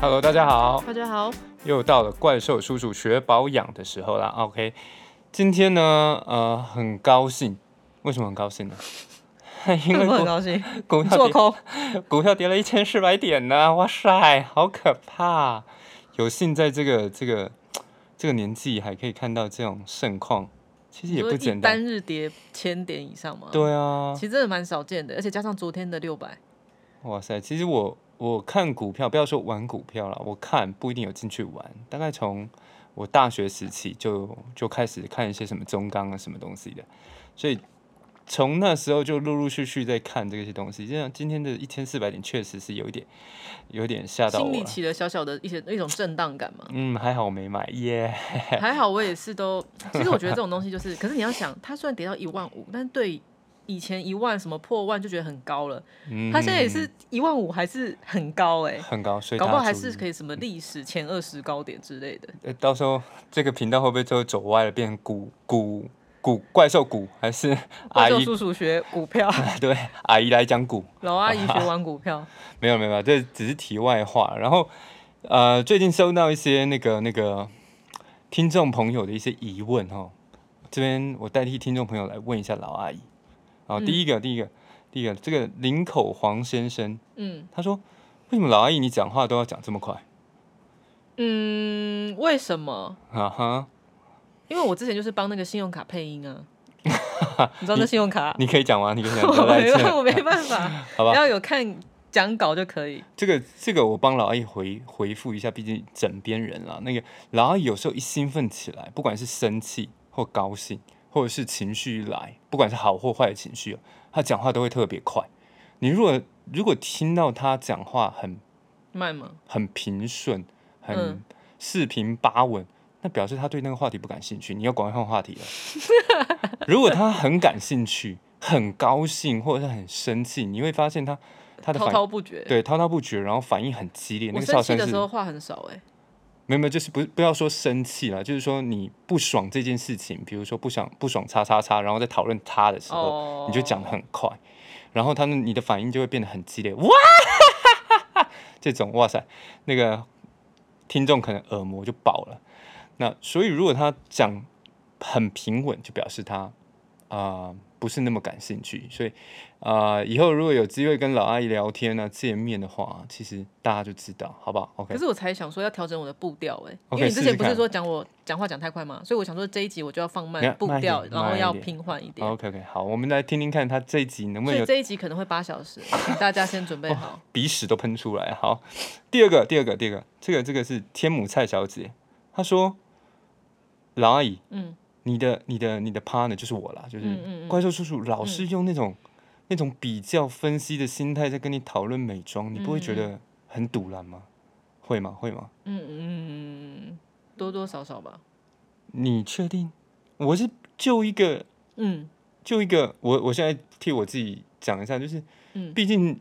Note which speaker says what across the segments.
Speaker 1: Hello，大家好，
Speaker 2: 大家好，
Speaker 1: 又到了怪兽叔叔学保养的时候啦。OK，今天呢，呃，很高兴，为什么很高兴呢？ 因为
Speaker 2: 我很
Speaker 1: 股
Speaker 2: 高兴。
Speaker 1: 股
Speaker 2: 你做
Speaker 1: 票
Speaker 2: 空，
Speaker 1: 跌，股票跌了一千四百点呢、哇塞，好可怕！有幸在这个这个这个年纪还可以看到这种盛况，其实也
Speaker 2: 说
Speaker 1: 不
Speaker 2: 一
Speaker 1: 简
Speaker 2: 单
Speaker 1: 单。
Speaker 2: 日跌千点以上嘛？，
Speaker 1: 对啊
Speaker 2: 其，实真的蛮少见的，而且加上昨天的六百，
Speaker 1: 哇塞，其实我我看股票，不要说玩股票啦，我看不一定有进去玩，大概从我大学时期就就开始看一些什么中钢啊什么东西的，所以从那时候就陆陆续续在看这些东西。这样今天的一千四百点确实是有一点有一点吓到
Speaker 2: 心
Speaker 1: 我
Speaker 2: 里
Speaker 1: 了。。
Speaker 2: 起了小小的一些一种震荡感嘛
Speaker 1: 嗯，还好我没买 耶。
Speaker 2: 还好我也是都，其实我觉得这种东西就是，可 是你要想，它虽然跌到一万五，但对以前一万什么破万就觉得很高了，
Speaker 1: 嗯，
Speaker 2: 它现在也是一万五还是很高哎、
Speaker 1: 很高，所以
Speaker 2: 搞不好
Speaker 1: 大家
Speaker 2: 还
Speaker 1: 注
Speaker 2: 是
Speaker 1: 意。
Speaker 2: 可以什么历史前二十高点之类的。
Speaker 1: 呃到时候这个频道会不会就走歪了，变成股股股怪兽股，还是阿
Speaker 2: 怪兽
Speaker 1: 姨
Speaker 2: 叔叔学股票，
Speaker 1: 对阿姨来讲股？
Speaker 2: 老阿姨学玩股票，
Speaker 1: 没有没有，没有，这只是题外话。然后，呃，最近收到一些那个那个听众朋友的一些疑问哦，这边我代替听众朋友来问一下老阿姨。
Speaker 2: 嗯
Speaker 1: 好，第一个，第一个，第一个，这个林口黄先生
Speaker 2: 嗯。
Speaker 1: 他说，为什么老阿姨你讲话都要讲这么快？
Speaker 2: 嗯，为什么？
Speaker 1: 啊哈，
Speaker 2: 因为我之前就是帮那个信用卡配音啊，你知道那信用卡，
Speaker 1: 你可以讲完，你可以讲，
Speaker 2: 我
Speaker 1: 不要
Speaker 2: 没
Speaker 1: 再
Speaker 2: 办，
Speaker 1: 见。
Speaker 2: 我没办法，
Speaker 1: 好吧
Speaker 2: 要有看讲稿就可以。
Speaker 1: 这个这个我帮老阿姨回回复一下，毕竟枕边人啦。那个老阿姨有时候一兴奋起来，不管是生气或高兴，或者是情绪一来，不管是好或坏的情绪哦，她讲话都会特别快。你如果如果听到她讲话很
Speaker 2: 慢吗？
Speaker 1: 很平顺，很
Speaker 2: 嗯
Speaker 1: 四平八稳，那表示她对那个话题不感兴趣，你要赶快换话题了。如果她很感兴趣、很高兴或者是很生气，你会发现她她的
Speaker 2: 滔
Speaker 1: 反
Speaker 2: 滔不绝。
Speaker 1: 对，滔滔不绝，然后反应很激烈。那
Speaker 2: 我
Speaker 1: 个笑
Speaker 2: 生气
Speaker 1: 声
Speaker 2: 的
Speaker 1: 是
Speaker 2: 时候话很少哎、
Speaker 1: 没有没有，就是不不要说生气了，就是说你不爽这件事情，比如说不爽不爽叉叉叉，然后在讨论他的时候，
Speaker 2: 哦，
Speaker 1: 你就讲得很快，然后他们你的反应就会变得很激烈，哇 哈哈哈哈，这种哇塞，那个听众可能耳膜就爆了。那所以如果他讲很平稳，就表示他啊、呃不是那么感兴趣。所以啊、呃以后如果有机会跟老阿姨聊天呢、见面的话，其实大家就知道，好不好？OK，
Speaker 2: 可是我才想说要调整我的步调哎、
Speaker 1: OK，
Speaker 2: 因为你之前不
Speaker 1: 试试看
Speaker 2: 是说讲我讲话讲太快吗？所以我想说这一集我就要放
Speaker 1: 你要
Speaker 2: 慢步
Speaker 1: 慢一点
Speaker 2: 调，然后
Speaker 1: 慢一
Speaker 2: 要
Speaker 1: 点
Speaker 2: 平缓一点。
Speaker 1: OK OK，好，我们来听听看他这一集能不
Speaker 2: 所
Speaker 1: 能
Speaker 2: 以
Speaker 1: 有
Speaker 2: 这一集可能会八小时，请大家先准备好。
Speaker 1: 鼻屎都喷出来。好，第二个，第二个，第二个，这个这个是天母蔡小姐，她说：“老阿姨，
Speaker 2: 嗯，
Speaker 1: 你的你的你的 partner 就是我啦，就是
Speaker 2: 嗯嗯嗯
Speaker 1: 怪兽叔叔，老是用那种、那种比较分析的心态在跟你讨论美妆，你不会觉得很堵然吗？会吗？会吗？
Speaker 2: 嗯嗯嗯，多多少少吧。
Speaker 1: 你确定？我是就一个
Speaker 2: 嗯。
Speaker 1: 就一个，我我现在替我自己讲一下，就是，
Speaker 2: 嗯
Speaker 1: 毕竟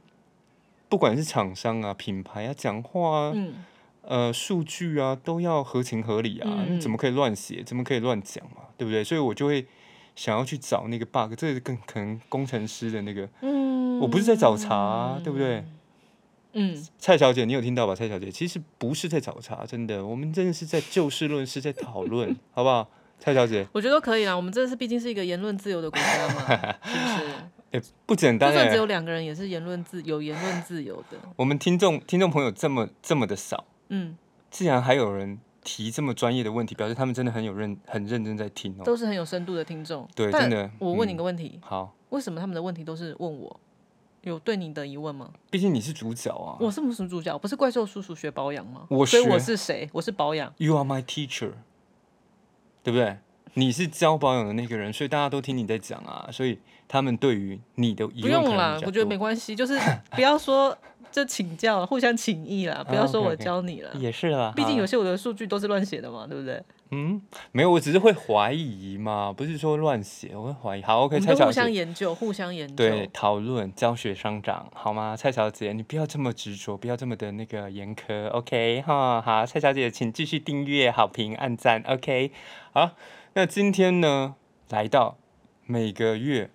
Speaker 1: 不管是厂商啊、品牌啊、讲话啊，
Speaker 2: 嗯
Speaker 1: 呃，数据啊都要合情合理啊，
Speaker 2: 嗯
Speaker 1: 你怎么可以乱写？怎么可以乱讲嘛？对不对？所以我就会想要去找那个 bug，这是更可能工程师的那个，
Speaker 2: 嗯，
Speaker 1: 我不是在找茬啊、对不对？
Speaker 2: 嗯，
Speaker 1: 蔡小姐，你有听到吧？蔡小姐，其实不是在找茬，真的，我们真的是在就事论事，在讨论，好不好？蔡小姐，
Speaker 2: 我觉得都可以啦。我们这是毕竟是一个言论自由的国家 嘛，是不是？
Speaker 1: 哎、不简
Speaker 2: 就
Speaker 1: 单哎、
Speaker 2: 算只有两个人，也是言论自有言论自由的。
Speaker 1: 我们听众听众朋友这么这么的少，
Speaker 2: 嗯，
Speaker 1: 既然还有人提这么专业的问题，表示他们真的很有认很认真在听哦。
Speaker 2: 都是很有深度的听众。
Speaker 1: 对
Speaker 2: 但
Speaker 1: 真的嗯
Speaker 2: 我问你个问题，
Speaker 1: 好，
Speaker 2: 为什么他们的问题都是问我？有对你的疑问吗？
Speaker 1: 毕竟你是主角啊
Speaker 2: 我是不是主角？不是怪兽叔叔学保养吗？
Speaker 1: 我
Speaker 2: 所以
Speaker 1: 学
Speaker 2: 我是谁？我是保养。
Speaker 1: ，You are my teacher，对不对？你是教保养的那个人，所以大家都听你在讲啊，所以他们对于你的疑
Speaker 2: 不
Speaker 1: 问可能
Speaker 2: 用啦
Speaker 1: 比，较
Speaker 2: 我觉得
Speaker 1: 多
Speaker 2: 没关系，就是 不要说就请教，互相请益啦，不
Speaker 1: 啊
Speaker 2: 要说我
Speaker 1: ，OK，OK
Speaker 2: 教你啦。
Speaker 1: 也是啦，
Speaker 2: 毕竟
Speaker 1: 好
Speaker 2: 有
Speaker 1: 啦
Speaker 2: 些我的数据都是乱写的嘛，对不对？
Speaker 1: 嗯，没有，我只是会怀疑嘛，不是说乱写，我会怀疑。好
Speaker 2: 我
Speaker 1: ，OK，
Speaker 2: 们
Speaker 1: 蔡
Speaker 2: 就
Speaker 1: 小
Speaker 2: 互相
Speaker 1: 姐，
Speaker 2: 研究，互相研究。
Speaker 1: 对，讨论教学相长，好吗？蔡小姐，你不要这么执着，不要这么的那个严苛，OK 哈。好，蔡小姐，请继续订阅、好评、按赞，OK。好，那今天呢，来到每个月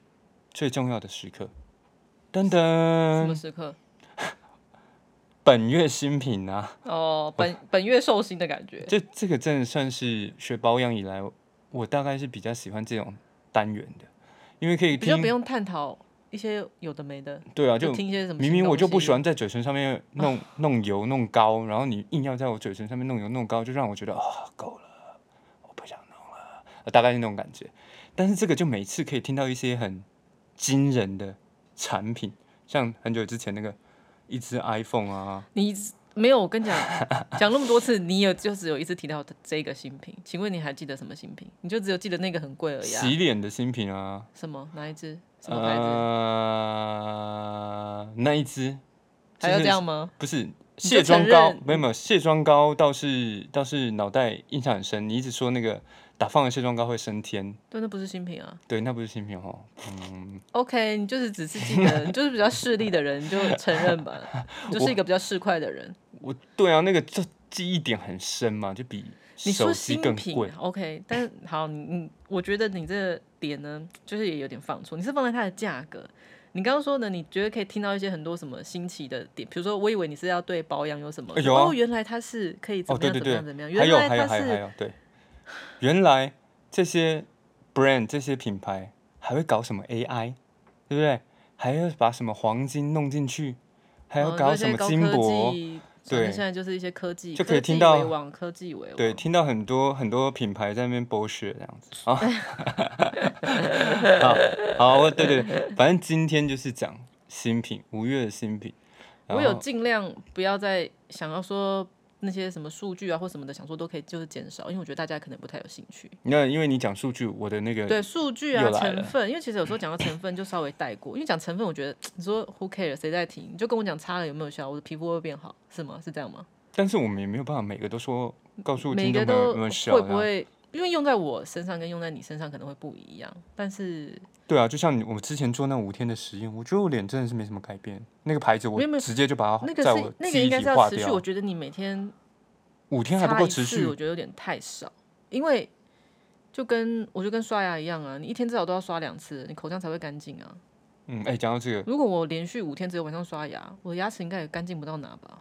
Speaker 1: 最重要的时刻，噔
Speaker 2: 什么
Speaker 1: 噔，
Speaker 2: 时刻？
Speaker 1: 本月新品啊，
Speaker 2: 哦，本本月寿星的感觉，
Speaker 1: 这这个真的算是学保养以来，我大概是比较喜欢这种单元的，因为可以
Speaker 2: 比较
Speaker 1: 听
Speaker 2: 不用探讨一些有的没的，
Speaker 1: 对啊，
Speaker 2: 就
Speaker 1: 就
Speaker 2: 听一些什么。
Speaker 1: 明明我就不喜，欢在嘴唇上面 弄弄油弄膏，然后你硬要在我嘴唇上面弄油弄膏，就让我觉得啊、够了，我不想弄了，呃大概是那种感觉。但是这个就每次可以听到一些很惊人的产品，像很久之前那个一只 iPhone 啊，
Speaker 2: 你没有。我跟 你讲，讲那么多次，你也就只有一次提到这个新品。请问你还记得什么新品？你就只有记得那个很贵而已、啊。
Speaker 1: 洗脸的新品啊，
Speaker 2: 什么？哪一只？什么牌子？
Speaker 1: 呃，那一只
Speaker 2: 还要
Speaker 1: 就是
Speaker 2: 这样吗？
Speaker 1: 不是
Speaker 2: 就
Speaker 1: 卸妆
Speaker 2: 承
Speaker 1: 膏
Speaker 2: 认，
Speaker 1: 没有没有卸妆膏倒是倒是脑袋印象很深。你一直说那个打放了卸妆膏会升天，
Speaker 2: 对，那不是新品啊。
Speaker 1: 对，那不是新品哦。嗯，
Speaker 2: OK，你就是只是记得，你就是比较势利的人，你就承 认吧，你就是一个比较市侩的人。
Speaker 1: 我对啊，那个就记忆点很深嘛，就比
Speaker 2: 你
Speaker 1: 手
Speaker 2: 说
Speaker 1: 机
Speaker 2: 新
Speaker 1: 更
Speaker 2: 品啊
Speaker 1: 贵。
Speaker 2: OK，但是好，你你我觉得你这个点呢，就是也有点放错。你是放在它的价格，你刚刚说呢，你觉得可以听到一些很多什么新奇的点，比如说我以为你是要对保养有什么，
Speaker 1: 哎有啊
Speaker 2: 哦，原来它是可以
Speaker 1: 哦，
Speaker 2: 怎么
Speaker 1: 对
Speaker 2: 样
Speaker 1: 对
Speaker 2: 怎么
Speaker 1: 对
Speaker 2: 样怎么样，，
Speaker 1: 还
Speaker 2: 原
Speaker 1: 有
Speaker 2: 来
Speaker 1: 还有
Speaker 2: 它
Speaker 1: 还有还
Speaker 2: 是
Speaker 1: 有，对，原来这些 brand 这些品牌还会搞什么 AI，对不对？还要把什么黄金弄进去，还要
Speaker 2: 嗯
Speaker 1: 搞
Speaker 2: 有一
Speaker 1: 什
Speaker 2: 些
Speaker 1: 么
Speaker 2: 高
Speaker 1: 金
Speaker 2: 科
Speaker 1: 箔，
Speaker 2: 技
Speaker 1: 对
Speaker 2: 反正现在就是一些科技，
Speaker 1: 就可以
Speaker 2: 科技
Speaker 1: 听到
Speaker 2: 为王，科技为王，
Speaker 1: 对，听到很多很多品牌在那边剥削这样 子啊。好，好，我对对对，反正今天就是讲新品，五月的新品。然
Speaker 2: 我有
Speaker 1: 后
Speaker 2: 尽量不要再想要说那些什么数据啊或什么的，想说都可以就是减少，因为我觉得大家可能不太有兴趣。
Speaker 1: 那因为你讲数据，我的那个
Speaker 2: 对数据
Speaker 1: 又
Speaker 2: 啊
Speaker 1: 来
Speaker 2: 成
Speaker 1: 了
Speaker 2: 分，因为其实有时候 讲到成分就稍微带过，因为讲成分，我觉得你说 who care 谁在听，你就跟我讲擦了有没有效，我的皮肤会变好，是吗？是这样吗？
Speaker 1: 但是我们也没有办法每个都说告诉
Speaker 2: 嗯每
Speaker 1: 听
Speaker 2: 个
Speaker 1: 众朋友
Speaker 2: 都
Speaker 1: 有没有效
Speaker 2: 会不
Speaker 1: 啊。
Speaker 2: 会？因为用在我身上跟用在你身上可能会不一样，但是
Speaker 1: 对啊，就像你我们之前做那五天的实验，我觉得我脸真的是没什么改变。那个牌子我
Speaker 2: 没有没有
Speaker 1: 直接就把它
Speaker 2: 那个
Speaker 1: 在我
Speaker 2: 是那个
Speaker 1: 记忆
Speaker 2: 应该
Speaker 1: 体
Speaker 2: 是
Speaker 1: 划
Speaker 2: 要持续。
Speaker 1: 掉
Speaker 2: 我，觉得你每天
Speaker 1: 五天还不
Speaker 2: 擦一
Speaker 1: 够持
Speaker 2: 次，我
Speaker 1: 续。
Speaker 2: 觉得有点太少，因为就跟我就跟刷牙一样啊，你一天至少都要刷两次，你口腔才会干净啊。
Speaker 1: 嗯，哎，讲到这个
Speaker 2: 如果我连续五天只有晚上刷牙，我的牙齿应该也干净不到哪吧？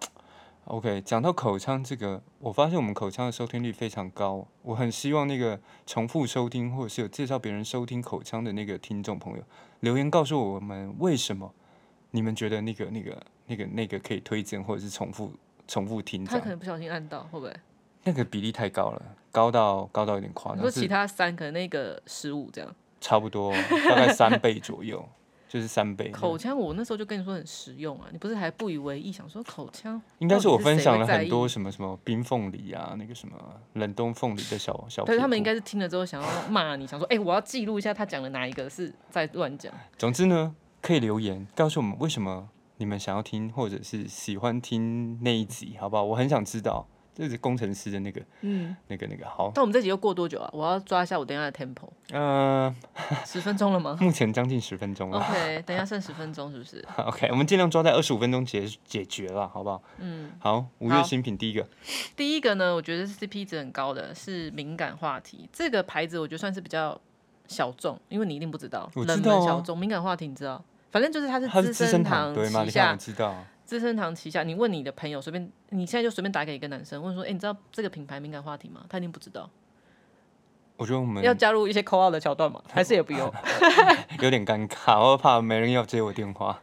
Speaker 1: ，OK，讲到口腔这个，我发现我们口腔的收听率非常高。我很希望那个重复收听或者是有介绍别人收听口腔的那个听众朋友留言告诉我们为什么你们觉得那个那个那个那个可以推荐或者是重复重复听这
Speaker 2: 他
Speaker 1: 样
Speaker 2: 可。能不小心按到，会不会？
Speaker 1: 那个比例太高了，高到高到有点夸
Speaker 2: 你
Speaker 1: 张，
Speaker 2: 说其
Speaker 1: 是
Speaker 2: 他三可能那个十五这样，
Speaker 1: 差不多大概三倍左右，就是三倍。
Speaker 2: 口腔我那时候就跟你说很实用啊，你不是还不以为意，想说口腔
Speaker 1: 应该是我分享了
Speaker 2: 到底是谁会在
Speaker 1: 很
Speaker 2: 意
Speaker 1: 多什么什么冰凤梨啊，那个什么冷冻凤梨的小小
Speaker 2: 但
Speaker 1: 撇
Speaker 2: 是他
Speaker 1: 步
Speaker 2: 们应该是听了之后想要骂你，想说，哎、我要记录一下他讲的哪一个是在乱讲。
Speaker 1: 总之呢，可以留言告诉我们为什么你们想要听，或者是喜欢听那一集，好不好？我很想知道，这是工程师的那个、
Speaker 2: 嗯，
Speaker 1: 那个、那个。好，
Speaker 2: 但我们这集又过多久啊？我要抓一下我等一下的 tempo，
Speaker 1: 呃，
Speaker 2: 十分钟 了吗
Speaker 1: 目前将近十分钟了。
Speaker 2: ？OK，等一下剩十分钟是不是？
Speaker 1: OK，我们尽量抓在二十五分钟解解决了，好不好？嗯，好，五月
Speaker 2: 好
Speaker 1: 新品第一个，
Speaker 2: 第一个呢，我觉得是 CP 值很高的是敏感话题，这个牌子我觉得算是比较小众，因为你一定不知道，
Speaker 1: 我知
Speaker 2: 冷
Speaker 1: 道
Speaker 2: 门
Speaker 1: 啊
Speaker 2: 小众敏感话题你知道，反正就是它是
Speaker 1: 它是资
Speaker 2: 生
Speaker 1: 生堂对吗？
Speaker 2: 旗
Speaker 1: 你看我
Speaker 2: 下，
Speaker 1: 知道，
Speaker 2: 资生堂旗下，你问你的朋友随便，你现在就随便打给一个男生问说，哎、你知道这个品牌敏感话题吗？他一定不知道，
Speaker 1: 我觉得我们
Speaker 2: 要加入一些扣 a 的桥段吗？还是也不用？
Speaker 1: 有点尴尬，我怕没人要接我电话。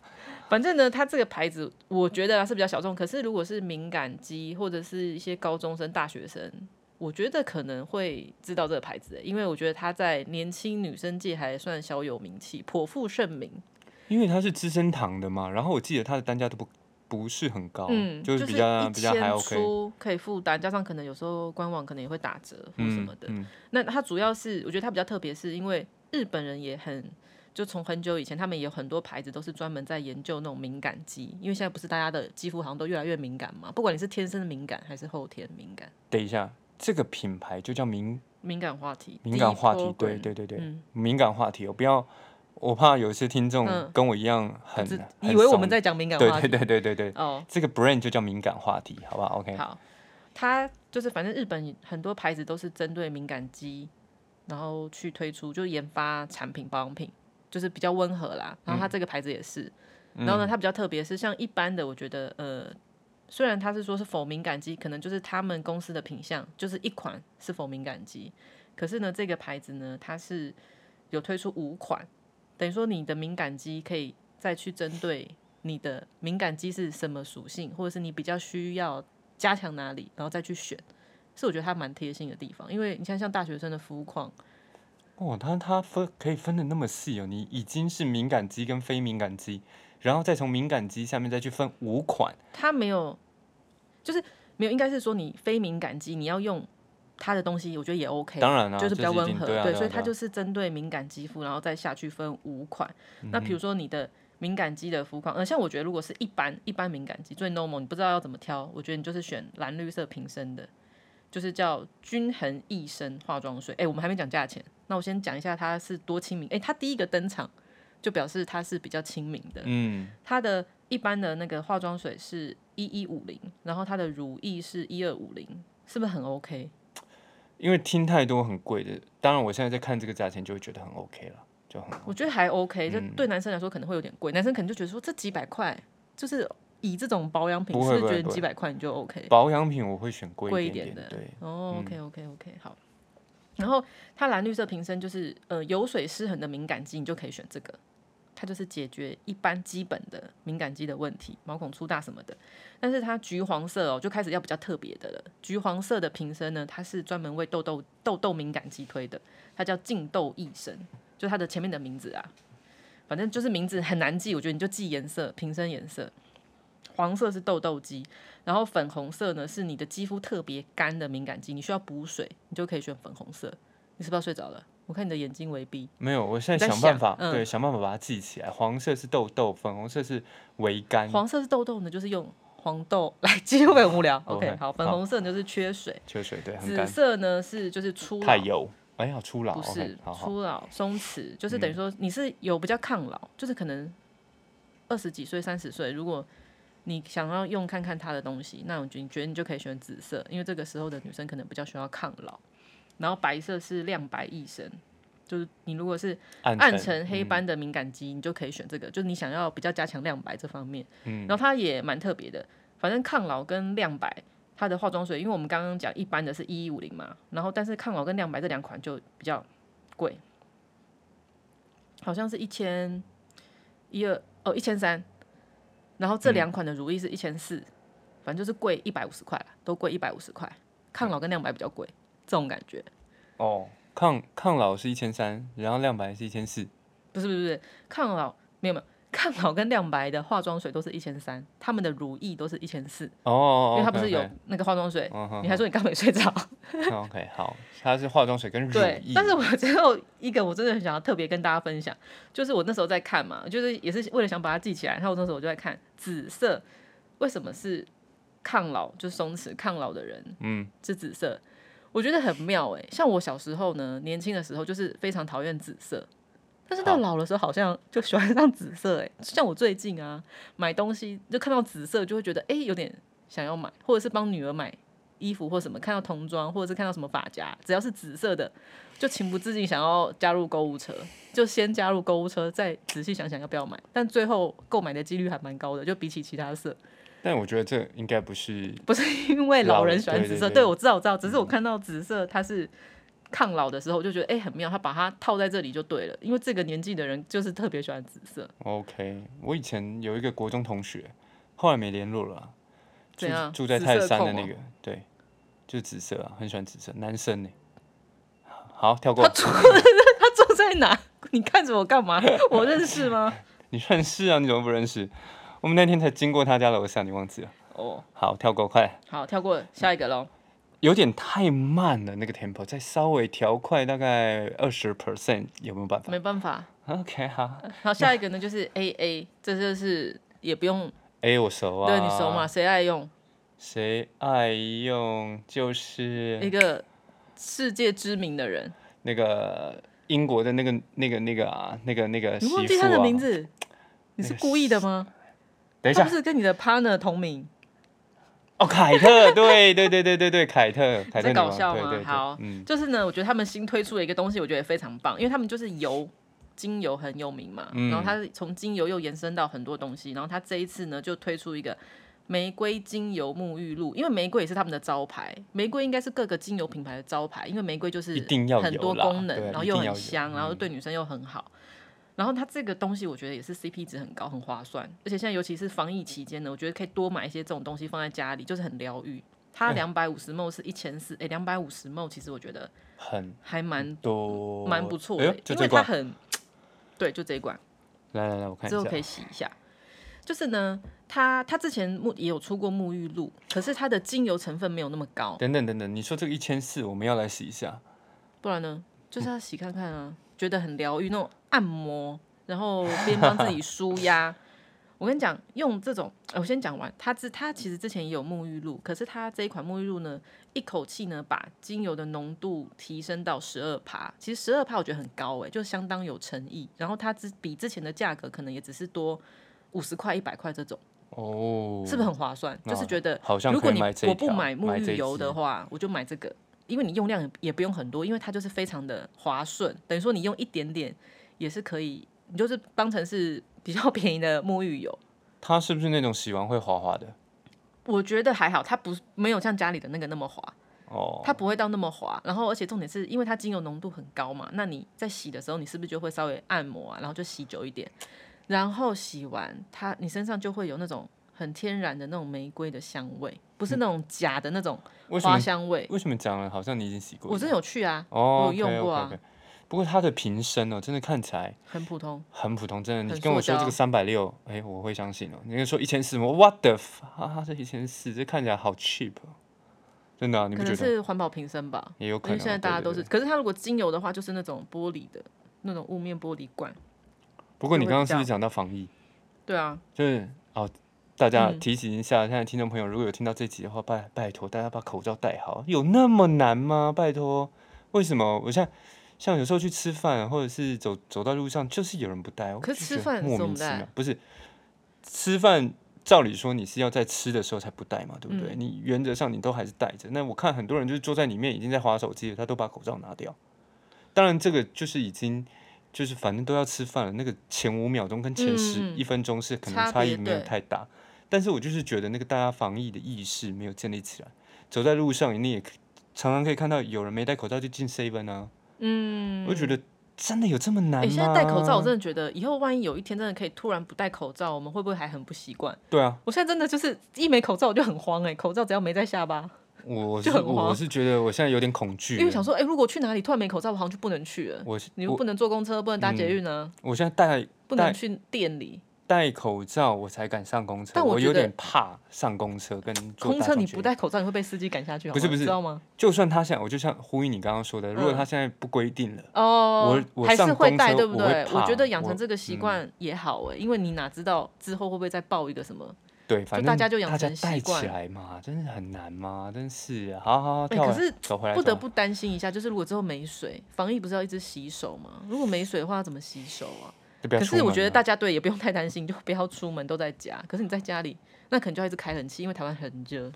Speaker 2: 反正呢，它这个牌子我觉得啊是比较小众，可是如果是敏感肌或者是一些高中生、大学生，我觉得可能会知道这个牌子欸，因为我觉得它在年轻女生界还算小有名气，颇负盛名。
Speaker 1: 因为它是资生堂的嘛，然后我记得它的单价都不不是很高，
Speaker 2: 嗯，
Speaker 1: 哦就是
Speaker 2: 是
Speaker 1: 比较比较还
Speaker 2: 1000
Speaker 1: OK，
Speaker 2: 出可以负担，加上可能有时候官网可能也会打折或什
Speaker 1: 嗯
Speaker 2: 么的。
Speaker 1: 嗯，
Speaker 2: 那它主要是我觉得它比较特别，是因为日本人也很。就从很久以前，他们也有很多牌子都是专门在研究那种敏感肌，因为现在不是大家的肌肤好像都越来越敏感嘛，不管你是天生的敏感还是后天敏感，
Speaker 1: 等一下，这个品牌就叫敏
Speaker 2: 敏感话题，
Speaker 1: 敏感话题
Speaker 2: deep，
Speaker 1: 对
Speaker 2: program
Speaker 1: 对对对，
Speaker 2: 嗯
Speaker 1: 敏感话题，我不要，我怕有一些听众
Speaker 2: 嗯
Speaker 1: 跟我一样很，
Speaker 2: 只
Speaker 1: 很
Speaker 2: 以为我
Speaker 1: 怂
Speaker 2: 们在讲敏感
Speaker 1: 对
Speaker 2: 话
Speaker 1: 对
Speaker 2: 题
Speaker 1: 对对对对，
Speaker 2: 哦。
Speaker 1: 这个 brand 就叫敏感话题，好不好？OK，
Speaker 2: 好，它就是反正日本很多牌子都是针对敏感肌，然后去推出，就是研发产品保养品，就是比较温
Speaker 1: 嗯
Speaker 2: 和啦。然后它这个牌子也是，然后呢，它比较特别是像一般的，我觉得呃虽然他是说是否敏感肌，可能就是他们公司的品相就是一款是否敏感肌，可是呢，这个牌子呢，它是有推出五款，等于说你的敏感肌可以再去针对你的敏感肌是什么属性，或者是你比较需要加强哪里，然后再去选。是我觉得它蛮贴心的地方，因为你看像大学生的肤况，
Speaker 1: 哇，哦它它分可以分的那么细哦，你已经是敏感肌跟非敏感肌，然后再从敏感肌下面再去分五款，
Speaker 2: 它没有，就是没有，应该是说你非敏感肌，你要用它的东西，我觉得也 OK。
Speaker 1: 当然啦、
Speaker 2: 就是比较
Speaker 1: 已
Speaker 2: 温
Speaker 1: 经
Speaker 2: 和，
Speaker 1: 对啊，
Speaker 2: 对，
Speaker 1: 啊
Speaker 2: 所以它
Speaker 1: 啊
Speaker 2: 就是针对敏感肌肤，然后再下去分五款。那
Speaker 1: 嗯
Speaker 2: 比如说你的敏感肌的肤况，呃，像我觉得如果是一般一般敏感肌最 normal，你不知道要怎么挑，我觉得你就是选蓝绿色瓶身的，就是叫均衡益生化妆水。哎、我们还没讲价钱，那我先讲一下它是多亲民。哎、它第一个登场就表示它是比较亲民的，
Speaker 1: 嗯，
Speaker 2: 它的一般的那个化妆水是一一五零，然后它的乳液是一二五零，是不是很 OK？
Speaker 1: 因为听太多很贵的，当然我现在在看这个价钱就会觉得很 OK 了，就很
Speaker 2: 我觉得还
Speaker 1: 嗯
Speaker 2: OK，就对男生来说可能会有点贵，男生可能就觉得说这几百块就是以这种保养品，
Speaker 1: 不
Speaker 2: 是
Speaker 1: 会
Speaker 2: 是
Speaker 1: 不会
Speaker 2: 觉得
Speaker 1: 不会
Speaker 2: 几百块你就 OK？
Speaker 1: 保养品我会选
Speaker 2: 贵
Speaker 1: 贵
Speaker 2: 一
Speaker 1: 一点
Speaker 2: 点的
Speaker 1: 对，
Speaker 2: 哦，OK OK OK，好。然后它蓝绿色瓶身就是呃油水失衡的敏感肌，你就可以选这个，它就是解决一般基本的敏感肌的问题，毛孔粗大什么的。但是它橘黄色哦，就开始要比较特别的了。橘黄色的瓶身呢，它是专门为痘痘痘痘敏感肌推的，它叫净痘益生，就它的前面的名字啊，反正就是名字很难记，我觉得你就记颜色，瓶身颜色。黄色是痘痘肌，然后粉红色呢是你的肌肤特别干的敏感肌，你需要补水，你就可以选粉红色。你是不是要睡着了？我看你的眼睛微闭。
Speaker 1: 没有，我现
Speaker 2: 你在
Speaker 1: 在想办
Speaker 2: 想
Speaker 1: 法，
Speaker 2: 嗯
Speaker 1: 对，想办法把它记起来。黄色是痘痘，粉红色是微干，
Speaker 2: 黄色是痘痘呢，就是用黄豆 来，肌肤很无聊。OK，
Speaker 1: OK，
Speaker 2: 好，粉
Speaker 1: 哦好
Speaker 2: 红色呢就是缺水，
Speaker 1: 缺水对，很
Speaker 2: 紫
Speaker 1: 干，
Speaker 2: 色呢是就是初
Speaker 1: 太
Speaker 2: 老，
Speaker 1: 油，哎呀，初老
Speaker 2: 不是
Speaker 1: OK，好嗯好，
Speaker 2: 初老松弛，就是等于说你是有比较抗老，就是可能二十几岁、三十岁，如果你想要用看看它的东西，那我觉得你觉得你就可以选紫色，因为这个时候的女生可能比较需要抗老。然后白色是亮白益生，就是你如果是
Speaker 1: 暗
Speaker 2: 暗
Speaker 1: 沉嗯
Speaker 2: 沉黑斑的敏感肌，你就可以选这个，就是你想要比较加强亮白这方面。嗯，然后它也蛮特别的，反正抗老跟亮白，它的化妆水，因为我们刚刚讲一般的是一一五零嘛，然后但是抗老跟亮白这两款就比较贵，好像是一千一二哦一千三，然后
Speaker 1: 嗯
Speaker 2: 这两款的如意是一千四，反正就是贵一百五十块啦，都贵一百五十块，抗老跟亮白比较贵，这种感觉。
Speaker 1: 哦，抗抗老是一千三，然后亮白是一千四，
Speaker 2: 不是不是不是，抗老没有没有，抗老跟亮白的化妆水都是一千三，他们的乳液都是一千四，
Speaker 1: 哦
Speaker 2: 因
Speaker 1: 哦，
Speaker 2: 为它
Speaker 1: OK，
Speaker 2: 不是有
Speaker 1: OK，
Speaker 2: 那个化妆水。
Speaker 1: 嗯哼
Speaker 2: 你还说你刚没睡着？
Speaker 1: 哼 OK 好，它是化妆水跟乳
Speaker 2: 对
Speaker 1: 液，，
Speaker 2: 但是我最后一个我真的很想要特别跟大家分享，就是我那时候在看嘛，就是也是为了想把它记起来，然后我那时候我就在看紫色，为什么是抗老就松弛抗老的人
Speaker 1: 嗯，
Speaker 2: 是紫色，我觉得很妙哎、像我小时候呢，年轻的时候就是非常讨厌紫色，但是到
Speaker 1: 好
Speaker 2: 老的时候好像就喜欢上紫色哎、像我最近啊，买东西就看到紫色就会觉得哎、有点想要买，或者是帮女儿买衣服或什么，看到童装或者是看到什么发夹，只要是紫色的，就情不自禁想要加入购物车，就先加入购物车，再仔细想想要不要买。但最后购买的几率还蛮高的，就比起其他色，
Speaker 1: 但我觉得这应该不是
Speaker 2: 不是因为老人喜欢紫色，
Speaker 1: 老对对对嗯
Speaker 2: 我知道，我知道，只是我看到紫色它是抗老的时候，我就觉得哎、很妙，它把它套在这里就对了，因为这个年纪的人就是特别喜欢紫色，
Speaker 1: OK。我以前有一个国中同学，后来没联络了啊，住
Speaker 2: 怎样
Speaker 1: 住在
Speaker 2: 紫
Speaker 1: 泰
Speaker 2: 色
Speaker 1: 山的
Speaker 2: 控
Speaker 1: 那
Speaker 2: 哦
Speaker 1: 个，对，就紫色啊，很喜欢紫色，男生呢。好，跳过
Speaker 2: 他。住 他住在哪？ 你看着我干嘛？我认识吗？
Speaker 1: 你认识啊？你怎么不认识？我们那天才经过他家楼下，你忘记了？
Speaker 2: 哦，
Speaker 1: 好，跳过，快！
Speaker 2: 好，跳过下一个喽。
Speaker 1: 有点太慢了，那个 tempo 再稍微调快，大概二十 percent 有没有办法
Speaker 2: 没办法，
Speaker 1: ？OK，好。
Speaker 2: 好，下一个呢就是 A A，这就是也不用，
Speaker 1: 哎、我熟啊。
Speaker 2: 对你熟嘛？？谁爱用
Speaker 1: 谁爱用？就是
Speaker 2: 一个世界知名的人？
Speaker 1: 那个英国的那个那个那个啊，那个那个媳
Speaker 2: 你
Speaker 1: 妇
Speaker 2: 忘记他的
Speaker 1: 啊
Speaker 2: 名字？你是故意的吗？
Speaker 1: 等一
Speaker 2: 他
Speaker 1: 下
Speaker 2: 不，是跟你的 partner 同名？
Speaker 1: 哦， 凯特，对对对对对对，凯特，凯特
Speaker 2: 在
Speaker 1: 女
Speaker 2: 搞
Speaker 1: 王
Speaker 2: 笑
Speaker 1: 对
Speaker 2: 吗？
Speaker 1: 对对
Speaker 2: 好，
Speaker 1: 嗯，
Speaker 2: 就是呢，我觉得他们新推出了一个东西，我觉得也非常棒，因为他们就是油精油很有名嘛，
Speaker 1: 嗯
Speaker 2: 然后它从精油又延伸到很多东西，然后它这一次呢就推出一个玫瑰精油沐浴露，因为玫瑰也是他们的招牌，玫瑰应该是各个精油品牌的招牌，因为玫瑰就是
Speaker 1: 一定要有啦
Speaker 2: 很多功能
Speaker 1: 对，啊
Speaker 2: 然后
Speaker 1: 一定
Speaker 2: 又
Speaker 1: 要有
Speaker 2: 很香，然后
Speaker 1: 嗯
Speaker 2: 对女生又很好。然后它这个东西，我觉得也是 CP 值很高，很划算。而且现在尤其是防疫期间呢，我觉得可以多买一些这种东西放在家里，就是很疗愈。
Speaker 1: 嗯
Speaker 2: 它两百五十 ml 是一千四，哎，两百五十 ml 其实我觉得
Speaker 1: 很
Speaker 2: 还蛮
Speaker 1: 多，
Speaker 2: 蛮不错
Speaker 1: 哎呦
Speaker 2: 的，
Speaker 1: 就
Speaker 2: 因
Speaker 1: 这
Speaker 2: 为
Speaker 1: 一
Speaker 2: 它
Speaker 1: 罐，
Speaker 2: 很对，就这一罐，
Speaker 1: 来来来，我看一
Speaker 2: 之后可
Speaker 1: 下，
Speaker 2: 以洗一下。就是呢，它它之前沐也有出过沐浴露，可是它的精油成分没有那么高，
Speaker 1: 等等等等，你说这个一千四，我们要来洗一下，
Speaker 2: 不然呢，就是要洗看看啊，觉得很疗愈，那种按摩，然后边帮自己舒压。 我跟你讲，用这种，呃我先讲完，它之它其实之前也有沐浴露，可是它这一款沐浴露呢，一口气呢把精油的浓度提升到十二帕，其实十二帕我觉得很高哎、就相当有诚意。然后它之比之前的价格可能也只是多五十块、一百块这种，
Speaker 1: 哦，
Speaker 2: 是不是很划算？就是觉得
Speaker 1: 好像
Speaker 2: 如果
Speaker 1: 可以
Speaker 2: 你
Speaker 1: 买这一
Speaker 2: 我不
Speaker 1: 条
Speaker 2: 买沐
Speaker 1: 买这
Speaker 2: 浴
Speaker 1: 一
Speaker 2: 油
Speaker 1: 支
Speaker 2: 的话，我就买这个，因为你用量也也不用很多，因为它就是非常的滑顺，等于说你用一点点也是可以，你就是当成是比较 便宜的沐浴油。
Speaker 1: 它是不是那种洗完会滑滑的？
Speaker 2: 我觉得还好，它不没有像家里的那个那么滑，
Speaker 1: 哦，
Speaker 2: 它不会到那么滑。然后，而且重点是因为它精油浓度很高嘛，那你在洗的时候，你是不是就会稍微按摩啊，然后就洗久一点，然后洗完它，你身上就会有那种很天然的那种玫瑰的香味，不
Speaker 1: 嗯
Speaker 2: 是那种假的那种
Speaker 1: 为什
Speaker 2: 花
Speaker 1: 么
Speaker 2: 香味。
Speaker 1: 为什么讲了好像你已经洗过一样？
Speaker 2: 我真的有去啊，
Speaker 1: 哦，
Speaker 2: 我有用过
Speaker 1: o
Speaker 2: 啊
Speaker 1: k o k 不过它的瓶身哦，真的看起来
Speaker 2: 很普通。
Speaker 1: 很普通，真的。你
Speaker 2: 很
Speaker 1: 跟我
Speaker 2: 塑
Speaker 1: 说这
Speaker 2: 胶
Speaker 1: 个三百六，哎，我会相信哦。你跟我说一千四，我 what the f 啊，这一千四，这看起来好 cheap，哦真的啊、你
Speaker 2: 可
Speaker 1: 不觉
Speaker 2: 能
Speaker 1: 得？
Speaker 2: 是环保瓶身吧，
Speaker 1: 也有可
Speaker 2: 因
Speaker 1: 能
Speaker 2: 为
Speaker 1: 哦。
Speaker 2: 现在大家
Speaker 1: 对
Speaker 2: 都
Speaker 1: 对
Speaker 2: 是。
Speaker 1: 对
Speaker 2: 可是它如果精油的话，就是那种玻璃的那种雾面玻璃罐。
Speaker 1: 不过你
Speaker 2: 就会
Speaker 1: 刚刚
Speaker 2: 比
Speaker 1: 是不是
Speaker 2: 较
Speaker 1: 讲到防疫？
Speaker 2: 对啊，
Speaker 1: 就是哦，大家
Speaker 2: 嗯
Speaker 1: 提醒一下，现在听众朋友，如果有听到这集的话，拜拜托大家把口罩戴好，有那么难吗？拜托，为什么我现在像有时候去吃饭，或者是走走到路上，就是有人不戴，我
Speaker 2: 可
Speaker 1: 就是觉
Speaker 2: 吃
Speaker 1: 得
Speaker 2: 饭的
Speaker 1: 莫
Speaker 2: 时候
Speaker 1: 名
Speaker 2: 不
Speaker 1: 其
Speaker 2: 戴
Speaker 1: 妙，不是吃饭。照理说你是要在吃的时候才不戴嘛，对不对？
Speaker 2: 嗯
Speaker 1: 你原则上你都还是戴着。那我看很多人就是坐在里面已经在划手机了，他都把口罩拿掉。当然这个就是已经就是反正都要吃饭了，那个前五秒钟跟前十
Speaker 2: 嗯嗯
Speaker 1: 一分钟是可能
Speaker 2: 差
Speaker 1: 差异
Speaker 2: 别
Speaker 1: 没有
Speaker 2: 对
Speaker 1: 太大，但是我就是觉得那个大家防疫的意识没有建立起来，走在路上你也可常常可以看到有人没戴口罩就进 seven 啊，
Speaker 2: 嗯，
Speaker 1: 我就觉得真的有这么难
Speaker 2: 哎、
Speaker 1: 吗？
Speaker 2: 现在戴口罩，我真的觉得以后万一有一天真的可以突然不戴口罩，我们会不会还很不习惯？
Speaker 1: 对啊，
Speaker 2: 我现在真的就是一没口罩我就很慌哎、口罩只要没在下巴，
Speaker 1: 我是
Speaker 2: 就很慌
Speaker 1: 我是觉得我现在有点恐惧欸
Speaker 2: 因为想
Speaker 1: 了，
Speaker 2: 说哎、如果去哪里突然没口罩，我好像就不能去了。
Speaker 1: 我是
Speaker 2: 你又
Speaker 1: 我嗯
Speaker 2: 不能坐公车，不能搭捷运呢、
Speaker 1: 我现在戴
Speaker 2: 不能去店里，
Speaker 1: 戴口罩我才敢上公车，
Speaker 2: 但我
Speaker 1: 有
Speaker 2: 觉得
Speaker 1: 点怕上公车跟坐
Speaker 2: 空
Speaker 1: 大
Speaker 2: 车
Speaker 1: 众
Speaker 2: 你
Speaker 1: 捷
Speaker 2: 不
Speaker 1: 运
Speaker 2: 戴口罩你会被司机赶下去，好
Speaker 1: 不是
Speaker 2: 吗
Speaker 1: 不是
Speaker 2: 知道吗？
Speaker 1: 就算他现在，我就像呼应你刚刚说的，如
Speaker 2: 嗯
Speaker 1: 果他现在不规定了。
Speaker 2: 哦，
Speaker 1: 我我
Speaker 2: 还
Speaker 1: 上
Speaker 2: 是会
Speaker 1: 公
Speaker 2: 带，
Speaker 1: 车
Speaker 2: 对不
Speaker 1: 我会
Speaker 2: 对？我
Speaker 1: 怕
Speaker 2: 觉得养成
Speaker 1: 我嗯
Speaker 2: 这个习惯也好哎、因为你哪知道之后会不会再爆一个什么？
Speaker 1: 对，反正
Speaker 2: 大家就养
Speaker 1: 大家
Speaker 2: 成习
Speaker 1: 带
Speaker 2: 惯
Speaker 1: 起来嘛，真的很难嘛，真是啊好好好
Speaker 2: 哎
Speaker 1: 跳回
Speaker 2: 可
Speaker 1: 来
Speaker 2: 是
Speaker 1: 走回来，
Speaker 2: 不
Speaker 1: 走
Speaker 2: 得
Speaker 1: 回来
Speaker 2: 不担心一下，就是如果之后没水，防疫不是要一直洗手吗？如果没水的话，要怎么洗手啊？
Speaker 1: 就不要
Speaker 2: 可
Speaker 1: 出
Speaker 2: 是我
Speaker 1: 门
Speaker 2: 觉得
Speaker 1: 了
Speaker 2: 大家对也不用太担心，就不要出门，都在家。可是你在家里，那可能就要一直开冷气，因为台湾很热，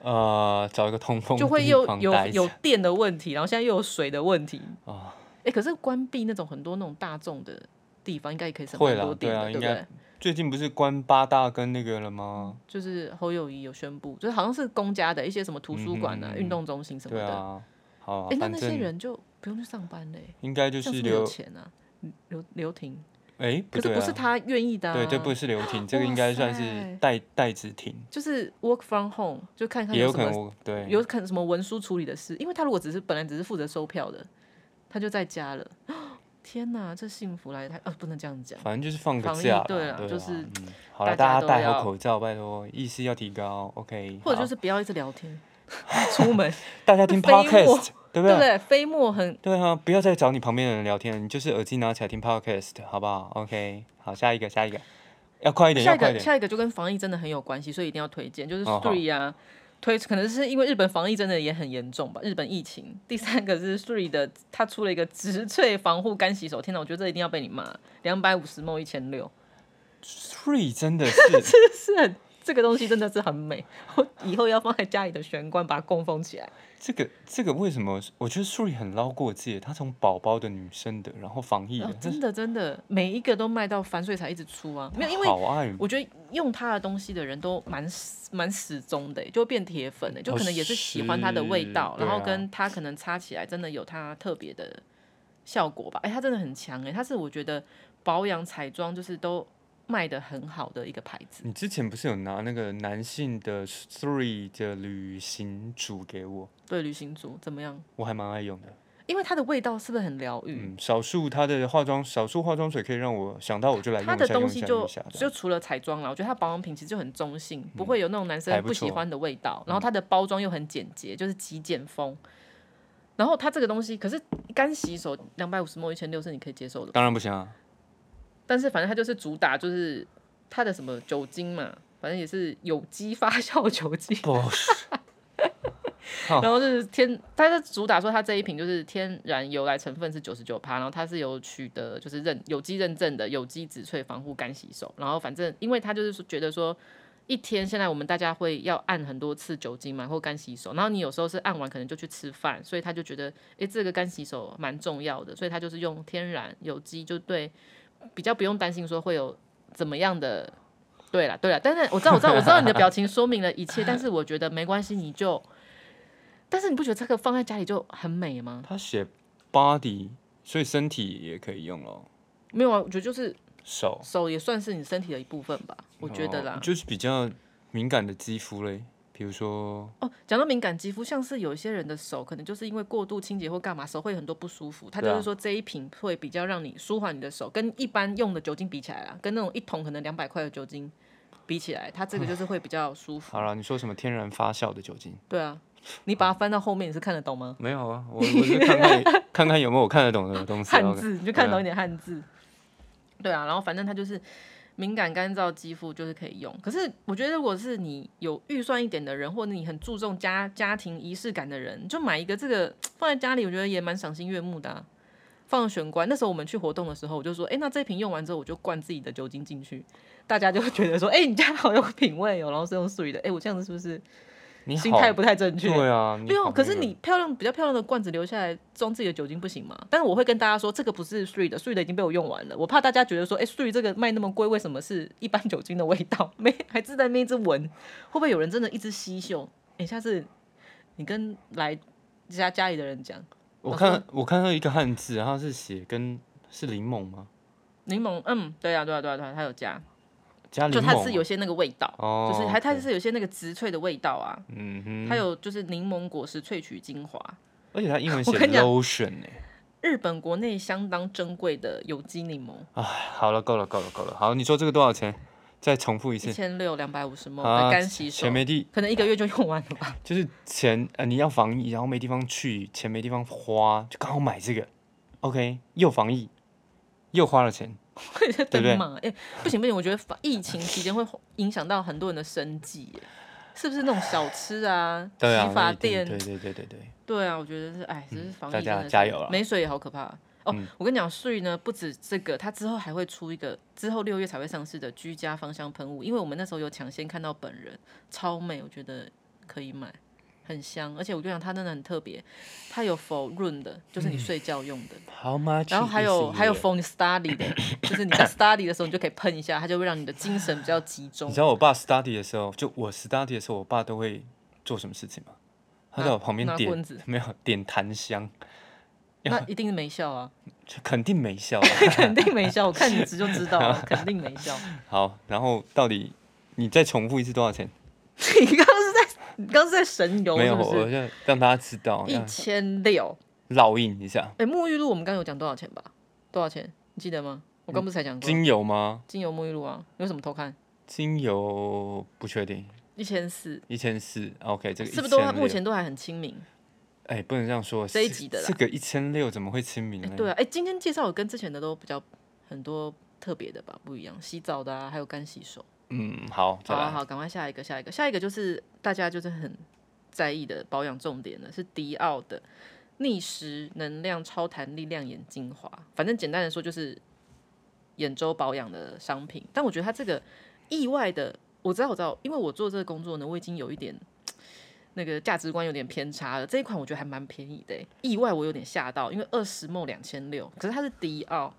Speaker 1: 呃找一个通风
Speaker 2: 就
Speaker 1: 的
Speaker 2: 会
Speaker 1: 地
Speaker 2: 又
Speaker 1: 方
Speaker 2: 有
Speaker 1: 待
Speaker 2: 有
Speaker 1: 着
Speaker 2: 电的问题，然后现在又有水的问题。
Speaker 1: 啊
Speaker 2: 哎、可是关闭那种很多那种大众的地方，应该也可以省
Speaker 1: 会
Speaker 2: 蛮
Speaker 1: 啦
Speaker 2: 多
Speaker 1: 对
Speaker 2: 电
Speaker 1: 啊
Speaker 2: 的，对
Speaker 1: 应
Speaker 2: 不
Speaker 1: 该
Speaker 2: 对？
Speaker 1: 最近不是关八大跟那个了
Speaker 2: 嗯
Speaker 1: 吗？
Speaker 2: 就是侯友谊有宣布，就是好像是公家的一些什么图书馆啊
Speaker 1: 嗯、哼
Speaker 2: 运动中心什么
Speaker 1: 对
Speaker 2: 的。
Speaker 1: 啊，好啊
Speaker 2: 哎、，那
Speaker 1: 反
Speaker 2: 那些
Speaker 1: 正
Speaker 2: 人就不用去上班嘞、
Speaker 1: 应该就
Speaker 2: 这样
Speaker 1: 是
Speaker 2: 是不是有
Speaker 1: 刘
Speaker 2: 钱啊？刘刘婷，
Speaker 1: 哎，
Speaker 2: 可是
Speaker 1: 对
Speaker 2: 不是
Speaker 1: 啊，
Speaker 2: 他愿意的、啊，
Speaker 1: 对，这不是刘 婷，这个
Speaker 2: 哇
Speaker 1: 应该算是
Speaker 2: 塞
Speaker 1: 戴戴子婷，
Speaker 2: 就是 work from home，就看看
Speaker 1: 也有
Speaker 2: 什
Speaker 1: 可能
Speaker 2: 么
Speaker 1: 我对
Speaker 2: 有可能什么文书处理的事，因为他如果只是本来只是负责收票的，他就在家了。 天哪，这幸福来的太呃不能这样讲，
Speaker 1: 反正就是放个
Speaker 2: 防疫
Speaker 1: 假啦，
Speaker 2: 对
Speaker 1: 对
Speaker 2: 啦
Speaker 1: 啊，
Speaker 2: 就是
Speaker 1: 嗯好了，大家
Speaker 2: 大家都
Speaker 1: 戴好
Speaker 2: 要
Speaker 1: 口罩，拜托，意识要提高，OK，
Speaker 2: 或者
Speaker 1: 好
Speaker 2: 就是不要一直聊天， 出门
Speaker 1: 大家听
Speaker 2: 飞沫
Speaker 1: podcast，对 不
Speaker 2: 对
Speaker 1: 对
Speaker 2: 不？对？飞沫很
Speaker 1: 对啊，不要再找你旁边的人聊天了，你就是耳机拿起来听 podcast，好不好？OK，好，下一个，下一个，要快一点，
Speaker 2: 下
Speaker 1: 要
Speaker 2: 一
Speaker 1: 快一
Speaker 2: 个
Speaker 1: 点。
Speaker 2: 下一个就跟防疫真的很有关系，所以一定要推荐，就是
Speaker 1: 哦好
Speaker 2: Three 啊，推可能是因为日本防疫真的也很严重吧，日本疫情。第三个是 Three 的，它出了一个植萃防护干洗手，天哪，我觉得这一定要被你骂，两百五十梦一千六，
Speaker 1: Three 真的是
Speaker 2: 是很这个东西真的是很美，我以后要放在家里的玄关，把它供奉起来。
Speaker 1: 这个这个为什么？我觉得素里很捞过界，她从宝宝的女生的，然后防疫
Speaker 2: 然
Speaker 1: 的，
Speaker 2: 后
Speaker 1: 哎这
Speaker 2: 哦真的真的，每一个都卖到烦，所以才一直出啊。没有，因为
Speaker 1: 好爱
Speaker 2: 我觉得用他的东西的人都蛮蛮始终的，欸就会变铁粉的，就可能也是喜欢他的味道，
Speaker 1: 哦是
Speaker 2: 然后
Speaker 1: 对啊
Speaker 2: 跟他可能擦起来真的有他特别的效果吧。哎、他真的很强哎、他是我觉得保养彩妆就是都卖的很好的一个牌子。
Speaker 1: 你之前不是有拿那个男性的 Three 的旅行组给我，
Speaker 2: 对，旅行组怎么样？
Speaker 1: 我还蛮爱用的。
Speaker 2: 因为它的味道是不是很疗愈？
Speaker 1: 嗯，少数它的化妆，少数化妆水可以让我想到我就来用
Speaker 2: 它
Speaker 1: 一
Speaker 2: 的
Speaker 1: 下，用
Speaker 2: 东
Speaker 1: 一
Speaker 2: 西
Speaker 1: 下，用
Speaker 2: 就
Speaker 1: 一下这样。
Speaker 2: 就除了彩妆啦，我觉得它保养品其实就很中性，不会有那种男
Speaker 1: 还
Speaker 2: 生
Speaker 1: 不
Speaker 2: 不喜
Speaker 1: 错嗯
Speaker 2: 欢的味道。然后它的包装又很简洁，就是极简风。然后它这个东西，可是干洗手两百五十 ml 一千六是你可以接受的，
Speaker 1: 当然不行啊，
Speaker 2: 但是反正它就是主打就是它的什么酒精嘛，反正也是有机发酵酒精。
Speaker 1: 不是，哦
Speaker 2: 然后就是天，它是主打说它这一瓶就是天然由来成分是九十九趴，然后它是有取得就是认有机认证的有机植萃防护干洗手，然后反正因为它就是说觉得说。一天，现在我们大家会要按很多次酒精嘛，或干洗手，然后你有时候是按完可能就去吃饭，所以他就觉得，诶，这个干洗手蛮重要的，所以他就是用天然有机，就对，比较不用担心说会有怎么样的，对啦，对啦，但是我知道，我知道，我知道你的表情说明了一 切，但是我觉得没关系，你就但是你不觉得这个放在家里就很美吗？
Speaker 1: 它写 body，所以身体也可以用咯。
Speaker 2: 没有啊，我觉得就是
Speaker 1: 手，
Speaker 2: 手也算是你身体的一部分吧，我觉得
Speaker 1: 哦
Speaker 2: 啦。
Speaker 1: 就是比较敏感的肌肤嘞，比如说
Speaker 2: 哦，讲到敏感肌肤，像是有一些人的手可能就是因为过度清洁或干嘛，手会很多不舒服。他
Speaker 1: 对啊
Speaker 2: 就是说这一瓶会比较让你舒缓你的手，跟一般用的酒精比起来啊啦，跟那种一桶可能两百块的酒精比起来，它这个就是会比较舒服
Speaker 1: 好。了，你说什么天然发酵的酒精？
Speaker 2: 对啊，你把它翻到后面，你是看得懂吗？
Speaker 1: 没有啊，我我是看 看看看有没有我看得懂的东西。
Speaker 2: 汉
Speaker 1: OK 嗯
Speaker 2: 字，你就看得懂一点汉字。对啊，然后反正它就是敏感干燥肌肤就是可以用。可是我觉得，如果是你有预算一点的人，或者你很注重家家庭仪式感的人，你就买一个这个放在家里，我觉得也蛮赏心悦目的、啊。放玄关，那时候我们去活动的时候，我就说，哎、那这瓶用完之后，我就灌自己的酒精进去，大家就会觉得说，哎、你家好有品味哦，然后是用素语的，哎、我这样子是不是
Speaker 1: 嗯你好，
Speaker 2: 心态不太正确？
Speaker 1: 对啊，你
Speaker 2: 没有，
Speaker 1: 好
Speaker 2: 可是
Speaker 1: 那个
Speaker 2: 你漂亮比较漂亮的罐子留下来装自己的酒精不行吗？但是我会跟大家说，这个不是 three 的，three 的已经被我用完了。我怕大家觉得说，哎、t h r e e 这个卖那么贵，为什么是一般酒精的味道？没，还是在那边一直闻，会不会有人真的一直吸嗅？哎、下次你跟来家家里的人讲，
Speaker 1: 我看我看到一个汉字，它是写跟是柠檬吗？
Speaker 2: 柠檬，嗯，对啊，对啊，对啊，对啊，它有加，
Speaker 1: 加啊柠
Speaker 2: 就
Speaker 1: 檬
Speaker 2: 它
Speaker 1: 吗，
Speaker 2: 是有些那个味道，
Speaker 1: 哦，
Speaker 2: 就是还它
Speaker 1: OK
Speaker 2: 是有些那个植萃的味道啊，
Speaker 1: 嗯哼，
Speaker 2: 它有就是柠檬果实萃取精华，
Speaker 1: 而且它英文
Speaker 2: 我
Speaker 1: 写
Speaker 2: 跟你讲
Speaker 1: lotion 欸呢、
Speaker 2: 日本国内相当珍贵的有机柠檬。
Speaker 1: 哎，好了，够了，够了，够了。好，你说这个多少钱？再重复一
Speaker 2: 一
Speaker 1: 次。
Speaker 2: 千六两百五十 ml
Speaker 1: 啊
Speaker 2: 的干洗手
Speaker 1: 钱，没地，
Speaker 2: 可能一个月就用完了吧。
Speaker 1: 就是钱，呃，你要防疫，然后没地方去，钱没地方花，就刚好买这个。OK，又防疫，又花了钱。对
Speaker 2: 对嘛？哎、不行不行，我觉得防疫情期间会影响到很多人的生计耶，是不是那种小吃啊、
Speaker 1: 对啊，
Speaker 2: 洗发
Speaker 1: 那一定
Speaker 2: 店？
Speaker 1: 对对对对对，
Speaker 2: 对啊，我觉得是，哎，只是防疫
Speaker 1: 大
Speaker 2: 真
Speaker 1: 家
Speaker 2: 的是
Speaker 1: 加油啦啊嗯
Speaker 2: 没水也好可怕啊。哦，我跟你讲，睡呢不止这个，它之后还会出一个，之后六月才会上市的居家芳香喷雾，因为我们那时候有抢先看到本人，超美，我觉得可以买，很香，而且我跟你讲，它真的很特别，它有否润的，就是
Speaker 1: 嗯
Speaker 2: 你睡觉用的，
Speaker 1: 好 much？
Speaker 2: 然后还有
Speaker 1: is
Speaker 2: 还有
Speaker 1: it？
Speaker 2: for 你 study 的，就是你在 study 的时候，你就可以喷一下，它就会让你的精神比较集中
Speaker 1: 你知。道我爸 study 的时候，就我 study 的时候，我爸都会做什么事情吗？他在
Speaker 2: 拿
Speaker 1: 我旁边
Speaker 2: 啊拿
Speaker 1: 点
Speaker 2: 棍子，
Speaker 1: 没有点檀香，
Speaker 2: 那一定是没效 啊，
Speaker 1: 就肯定没效。啊
Speaker 2: 肯定没 效，我看你值就知道了，肯定没效。
Speaker 1: 好，然后到底你再重复一次多少钱？
Speaker 2: 你刚刚是在你刚刚是在神游
Speaker 1: 没
Speaker 2: 是
Speaker 1: 有，
Speaker 2: 不
Speaker 1: 我
Speaker 2: 是？
Speaker 1: 就让大家知道，
Speaker 2: 一
Speaker 1: 让
Speaker 2: 千六，
Speaker 1: 烙印一下。
Speaker 2: 哎，沐浴露我们刚刚有讲多少钱吧？多少钱？你记得吗？我刚不是才讲
Speaker 1: 嗯
Speaker 2: 过
Speaker 1: 精油吗？
Speaker 2: 精油沐浴露啊？有什么偷看？
Speaker 1: 精油不确定，
Speaker 2: 一千四，
Speaker 1: 一千四，OK，这个
Speaker 2: 是不是都
Speaker 1: 1600
Speaker 2: 目？前都还很亲民？
Speaker 1: 哎，不能这样说，
Speaker 2: 这一集的啦
Speaker 1: 这个一千六怎么会亲民
Speaker 2: 哎
Speaker 1: 呢？
Speaker 2: 对啊，哎，今天介绍的跟之前的都比较很多特别的吧，不一样，洗澡的啊，还有干洗手。
Speaker 1: 嗯，好，再
Speaker 2: 好好
Speaker 1: 来，
Speaker 2: 好，赶快下一个，下一个，下一个就是大家就是很在意的保养重点了，是迪奥的逆时能量超弹力亮眼精华。反正简单的说就是眼周保养的商品，但我觉得它这个意外的，我知道，我知道，因为我做这个工作呢，我已经有一点那个价值观有点偏差了。这一款我觉得还蛮便宜的欸、意外我有点吓到，因为二十梦两千六，可是它是迪奥，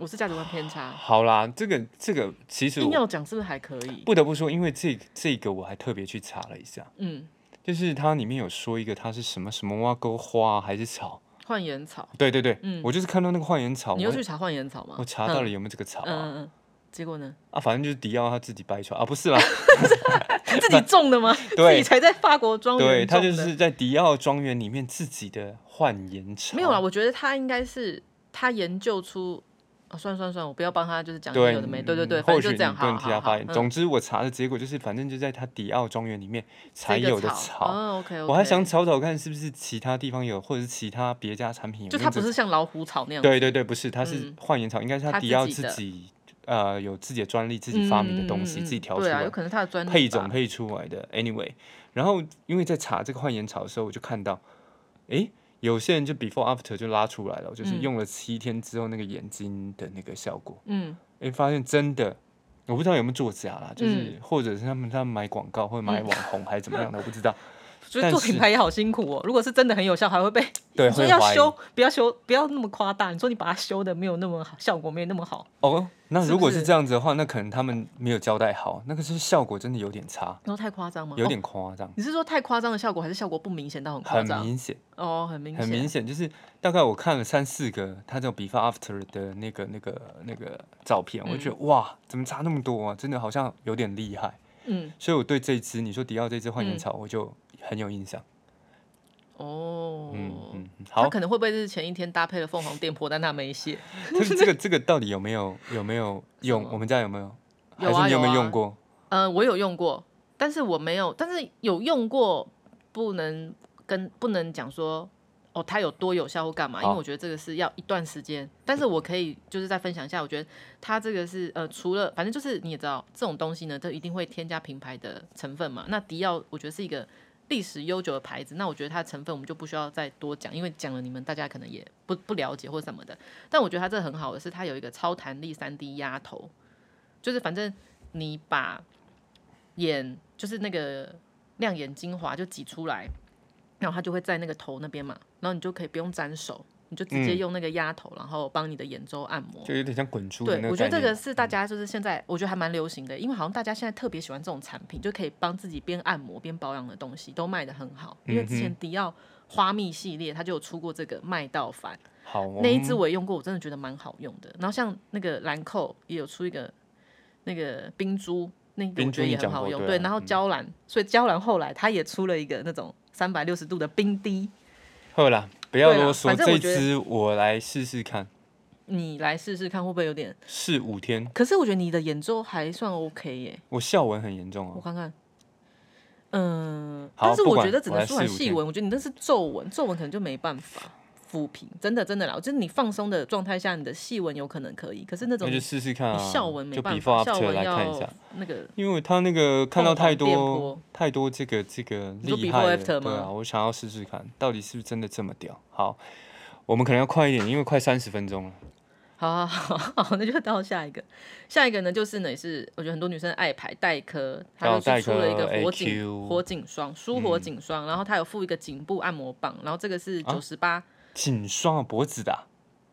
Speaker 2: 我是价值观偏差。
Speaker 1: 好啦，这个这个其实
Speaker 2: 硬
Speaker 1: 我
Speaker 2: 要讲是不是还可以？
Speaker 1: 不得不说，因为这这个我还特别去查了一下，
Speaker 2: 嗯，
Speaker 1: 就是它里面有说一个它是什么什么挖沟花还是草，
Speaker 2: 幻眼草，
Speaker 1: 对对对，
Speaker 2: 嗯
Speaker 1: 我就是看到那个幻眼草，
Speaker 2: 你又
Speaker 1: 我
Speaker 2: 去查幻眼草吗？
Speaker 1: 我查到
Speaker 2: 嗯
Speaker 1: 了有没有这个草
Speaker 2: 嗯
Speaker 1: 啊？
Speaker 2: 嗯嗯，结 果呢？
Speaker 1: 啊，反正就是迪奥他自己掰出来啊，不 是啦，
Speaker 2: 自己种的吗？自己
Speaker 1: 对
Speaker 2: 才在法国庄园
Speaker 1: 对，他
Speaker 2: 哦种
Speaker 1: 就
Speaker 2: 的
Speaker 1: 是在迪奥庄园里面自己的幻眼草，
Speaker 2: 没有啊啦，我觉得他应该是他研究出，啊、算了算了算了，我不要帮他就是讲
Speaker 1: 对，
Speaker 2: 有的没，对对
Speaker 1: 嗯
Speaker 2: 对，反
Speaker 1: 或
Speaker 2: 正就
Speaker 1: 许你
Speaker 2: 这样，
Speaker 1: 不
Speaker 2: 好
Speaker 1: 能替
Speaker 2: 好
Speaker 1: 他
Speaker 2: 好，
Speaker 1: 发言。啊总
Speaker 2: 嗯
Speaker 1: 之，我查的结果就是，反正就在他迪奥庄园里面才
Speaker 2: 这个
Speaker 1: 有的
Speaker 2: 草。哦，OK，
Speaker 1: 我还想找找看是不是其他地方有，或者是其他别家产品有。
Speaker 2: 就它不是像老虎草那样，
Speaker 1: 对对对，不是，它是
Speaker 2: 嗯
Speaker 1: 幻眼草，应该是
Speaker 2: 它
Speaker 1: 他迪
Speaker 2: 自
Speaker 1: 奥
Speaker 2: 己
Speaker 1: 自
Speaker 2: 的
Speaker 1: 己呃有自己的专利，自
Speaker 2: 嗯，
Speaker 1: 己发明的
Speaker 2: 嗯
Speaker 1: 东西，
Speaker 2: 嗯
Speaker 1: 自己
Speaker 2: 嗯
Speaker 1: 调出
Speaker 2: 对啊，
Speaker 1: 来
Speaker 2: 有。可能它的专利
Speaker 1: 配
Speaker 2: 吧
Speaker 1: 种配出来的。Anyway，然后因为在查这个换眼草的时候，我就看到，诶，有些人就 before after 就拉出来了，就是
Speaker 2: 嗯
Speaker 1: 用了七天之后那个眼睛的那个效果，
Speaker 2: 嗯，
Speaker 1: 诶，发现真的。我不知道有没有作假啦，就是、
Speaker 2: 嗯
Speaker 1: 或者是他们他们买广告或者买网红还是怎么样的，我不知 道。
Speaker 2: 所以
Speaker 1: 但
Speaker 2: 做
Speaker 1: 是
Speaker 2: 品牌也好辛苦哦。如果是真的很有效，还会被
Speaker 1: 对，
Speaker 2: 你说
Speaker 1: 会
Speaker 2: 要
Speaker 1: 怀疑
Speaker 2: 修，不要修，不要那么夸大。你说你把它修的没有那么好，效果没有那么好，
Speaker 1: 哦。那
Speaker 2: 是
Speaker 1: 如
Speaker 2: 不
Speaker 1: 果是
Speaker 2: 是
Speaker 1: 这样子的话，那可能他们没有交代好，那个是效果真的有点差，
Speaker 2: 你说太夸张吗？
Speaker 1: 有
Speaker 2: 哦
Speaker 1: 点夸张，
Speaker 2: 你是说太夸张的效果，还是效果不明显到很夸
Speaker 1: 很
Speaker 2: 张？
Speaker 1: 明显。
Speaker 2: 哦，很明显，
Speaker 1: 很明显，就是大概我看了三四个他这种 before after 的那个那个那个照片，我就觉得、哇，怎么差那么多啊？真的好像有点厉害。
Speaker 2: 嗯，
Speaker 1: 所以我对这一支你说迪奥这支幻
Speaker 2: 嗯
Speaker 1: 眼草，我就很有印象。
Speaker 2: 哦，
Speaker 1: 嗯嗯，嗯
Speaker 2: 他
Speaker 1: 好，
Speaker 2: 可能会不会是前一天搭配了凤凰电波，但他没写。
Speaker 1: 这个这个这个到底有没有有没有用？
Speaker 2: 么
Speaker 1: 我们家有没有？
Speaker 2: 有啊
Speaker 1: 还是你有没有
Speaker 2: 有啊
Speaker 1: 用过？
Speaker 2: 呃，我有用过，但是我没有，但是有用过，不能跟不能讲说哦，它有多有效或干嘛，因为
Speaker 1: 好
Speaker 2: 我觉得这个是要一段时间。但是我可以就是再分享一下，我觉得它这个是呃，除了反正就是你也知道这种东西呢，它一定会添加品牌的成分嘛。那迪奥我觉得是一个。历史悠久的牌子，那我觉得它的成分我们就不需要再多讲，因为讲了你们大家可能也不不了解或什么的。但我觉得它这个很好的是，它有一个超弹力三 D 压头，就是反正你把眼就是那个亮眼精华就挤出来，然后它就会在那个头那边嘛，然后你就可以不用沾手，你就直接
Speaker 1: 嗯
Speaker 2: 用那个压头，然后帮你的眼周按摩。
Speaker 1: 就有点像滚珠的那
Speaker 2: 对，
Speaker 1: 个
Speaker 2: 我觉得
Speaker 1: 概
Speaker 2: 这个
Speaker 1: 念嗯
Speaker 2: 是大家就是现在我觉得还蛮流行的，因为好像大家现在特别喜欢这种产品，就可以帮自己边按摩边保养的东西都卖的很好。因
Speaker 1: 嗯
Speaker 2: 为之前迪奥花蜜系列它就有出过这个麦道凡，
Speaker 1: 好，我
Speaker 2: 那一
Speaker 1: 们
Speaker 2: 支我也用过，我真的觉得蛮好用的。然后像那个兰蔻也有出一个那个冰珠，那个我
Speaker 1: 冰珠
Speaker 2: 觉得
Speaker 1: 你
Speaker 2: 也很
Speaker 1: 讲
Speaker 2: 好
Speaker 1: 过
Speaker 2: 用。
Speaker 1: 对啊
Speaker 2: 然后
Speaker 1: 嗯
Speaker 2: 娇兰，所以娇兰后来它也出了一个那种三百六十度的冰滴，
Speaker 1: 好啦，不要
Speaker 2: 对啦
Speaker 1: 啰嗦，
Speaker 2: 反正
Speaker 1: 这
Speaker 2: 我
Speaker 1: 一
Speaker 2: 觉得
Speaker 1: 支我来试试看，
Speaker 2: 你来试试看会不会有点？
Speaker 1: 试五天，
Speaker 2: 可是我觉得你的眼周还算 OK 耶，
Speaker 1: 我笑纹很严重
Speaker 2: 我
Speaker 1: 哦。
Speaker 2: 看看。嗯，
Speaker 1: 好
Speaker 2: 但是
Speaker 1: 不
Speaker 2: 我
Speaker 1: 管
Speaker 2: 觉得只
Speaker 1: 我
Speaker 2: 能
Speaker 1: 来
Speaker 2: 舒缓
Speaker 1: 试五
Speaker 2: 细
Speaker 1: 天
Speaker 2: 纹，我觉得你那是皱纹，皱纹可能就没办法抚平，真的真的啦，就是你放松的状态下，你的细纹有可能可以，可是那种
Speaker 1: 那就试试看啊，
Speaker 2: 你笑纹没
Speaker 1: 就
Speaker 2: 办
Speaker 1: before
Speaker 2: 法，笑
Speaker 1: after
Speaker 2: 纹
Speaker 1: 来
Speaker 2: 要
Speaker 1: 看一下。
Speaker 2: 那个
Speaker 1: 因为他那个看到太
Speaker 2: 凤
Speaker 1: 多
Speaker 2: 凰电波
Speaker 1: 太多这个这个
Speaker 2: 你说
Speaker 1: 厉害
Speaker 2: before
Speaker 1: 了，
Speaker 2: after
Speaker 1: 对啊，
Speaker 2: 吗
Speaker 1: 我想要试试看，到底是不是真的这么屌。好，我们可能要快一点，因为快三十分钟了。
Speaker 2: 好好好好，那就到下一个。下一个呢，就是呢，也是我觉得很多女生爱牌黛珂，它
Speaker 1: 哦
Speaker 2: 就是出了一个
Speaker 1: 黛珂
Speaker 2: 火颈
Speaker 1: AQ
Speaker 2: 火颈霜，舒活颈霜，然后它有附一个颈部按摩棒，然后这个是
Speaker 1: 嗯啊
Speaker 2: 九十八。
Speaker 1: 颈霜啊，脖子的啊、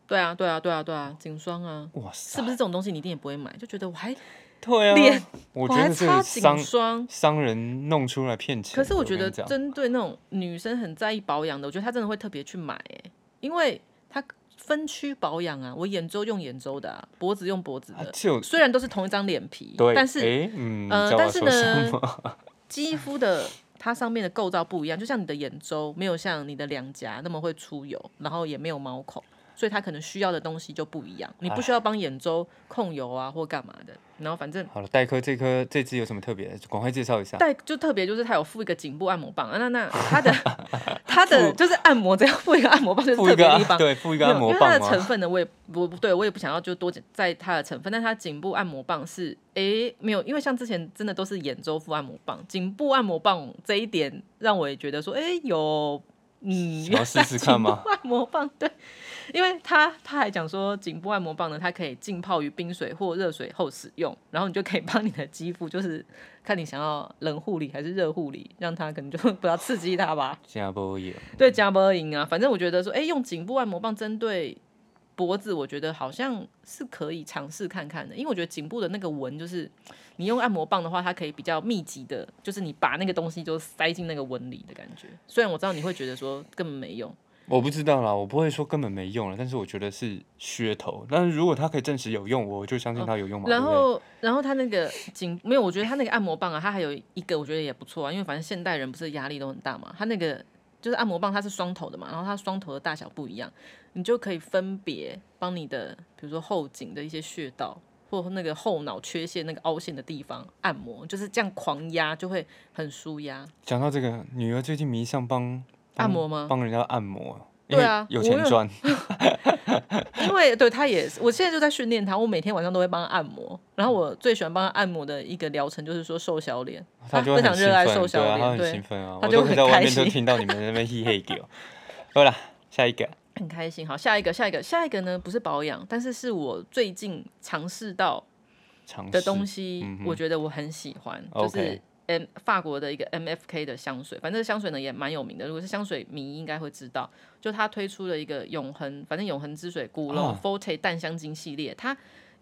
Speaker 2: 对啊，对啊，对啊，对啊，颈霜啊，
Speaker 1: 哇
Speaker 2: 是
Speaker 1: 塞，
Speaker 2: 不是这种东西你一定也不会买？就觉得我还
Speaker 1: 对
Speaker 2: 脸
Speaker 1: 啊，我
Speaker 2: 我
Speaker 1: 觉
Speaker 2: 还
Speaker 1: 得这
Speaker 2: 擦
Speaker 1: 个
Speaker 2: 颈
Speaker 1: 商
Speaker 2: 霜。
Speaker 1: 商人弄出来骗钱的。
Speaker 2: 可是我觉
Speaker 1: 跟
Speaker 2: 得
Speaker 1: 你讲
Speaker 2: 针对那种女生很在意保养的，我觉得她真的会特别去买、欸，因为她分区保养啊，我眼周用眼周的、啊，脖子用脖子
Speaker 1: 啊
Speaker 2: 的，
Speaker 1: 就
Speaker 2: 虽然都是同一张脸皮，
Speaker 1: 对，
Speaker 2: 但是
Speaker 1: 诶嗯，
Speaker 2: 呃
Speaker 1: 你知道我
Speaker 2: 但是
Speaker 1: 说什
Speaker 2: 呢
Speaker 1: 么？
Speaker 2: 肌肤的它上面的构造不一样，就像你的眼周没有像你的两颊那么会出油，然后也没有毛孔，所以它可能需要的东西就不一样。你不需要帮眼周控油啊或干嘛的，然后反正。
Speaker 1: 好了，黛珂这颗这支有什么特别的？赶快介绍一下。
Speaker 2: 带就特别就是它有附一个颈部按摩棒，啊那那 它的它的就是按摩，只要附一个按摩棒就是
Speaker 1: 附一
Speaker 2: 特别
Speaker 1: 个
Speaker 2: 的地
Speaker 1: 啊
Speaker 2: 方。
Speaker 1: 对，附一
Speaker 2: 没
Speaker 1: 个
Speaker 2: 有，
Speaker 1: 按摩
Speaker 2: 因为它
Speaker 1: 棒
Speaker 2: 的
Speaker 1: 吗
Speaker 2: 成？分呢，我也我不对我也不想要就多讲在它的成分，但它颈部按摩棒是诶没有，因为像之前真的都是眼周敷按摩棒，颈部按摩棒这一点让我也觉得说诶有嗯，
Speaker 1: 想要试试看吗
Speaker 2: 颈部按摩棒，对，因为他他还讲说，颈部按摩棒呢，它可以浸泡于冰水或热水后使用，然后你就可以帮你的肌肤，就是看你想要冷护理还是热护理，让它可能就不要刺激它吧。
Speaker 1: 加波有，
Speaker 2: 对，加波音啊，反正我觉得说，哎，用颈部按摩棒针对脖子，我觉得好像是可以尝试看看的，因为我觉得颈部的那个纹，就是你用按摩棒的话，它可以比较密集的，就是你把那个东西就塞进那个纹里的感觉。虽然我知道你会觉得说根本没用，
Speaker 1: 我不知道啦，我不会说根本没用了，但是我觉得是噱头。但是如果它可以证实有用，我就相信它有用嘛。
Speaker 2: 哦然
Speaker 1: 对不对
Speaker 2: 后，然后他那个颈没有，我觉得他那个按摩棒啊，他还有一个我觉得也不错啊，因为反正现代人不是压力都很大嘛，他那个就是按摩棒，它是双头的嘛，然后它双头的大小不一样，你就可以分别帮你的，比如说后颈的一些穴道。或那个后脑缺陷那个凹陷的地方按摩，就是这样狂压就会很舒压。
Speaker 1: 讲到这个，女儿最近迷上帮
Speaker 2: 按摩吗
Speaker 1: 帮人家按摩，因
Speaker 2: 嗯对
Speaker 1: 为
Speaker 2: 啊
Speaker 1: 有
Speaker 2: 我
Speaker 1: 钱
Speaker 2: 有
Speaker 1: 赚。
Speaker 2: 因为对他也是，我现在就在训练他，我每天晚上都会帮他按摩。然后我最喜欢帮他按摩的一个疗程就是说瘦小脸，
Speaker 1: 他就会
Speaker 2: 非
Speaker 1: 很
Speaker 2: 常
Speaker 1: 兴
Speaker 2: 热爱
Speaker 1: 奋，
Speaker 2: 瘦小
Speaker 1: 对啊，他
Speaker 2: 脸，
Speaker 1: 很
Speaker 2: 对
Speaker 1: 兴，奋啊，
Speaker 2: 他
Speaker 1: 我
Speaker 2: 就
Speaker 1: 都
Speaker 2: 会
Speaker 1: 可以
Speaker 2: 很
Speaker 1: 在外
Speaker 2: 开
Speaker 1: 面都
Speaker 2: 心
Speaker 1: 听到你们在那边嘿 嘿叫。好啦，下一个，
Speaker 2: 很开心。好，下一个，下一个，下一个呢？不是保养，但是是我最近尝试到
Speaker 1: 尝
Speaker 2: 的
Speaker 1: 试
Speaker 2: 东西，
Speaker 1: 嗯哼
Speaker 2: 我觉得我很喜欢，就
Speaker 1: OK
Speaker 2: 是 M 法国的一个 MFK 的香水，反正这个香水呢也蛮有名的，如果是香水迷应该会知道，就它推出了一个永恒，反正永恒之水古龙、
Speaker 1: 啊
Speaker 2: Forte 淡香精系列，它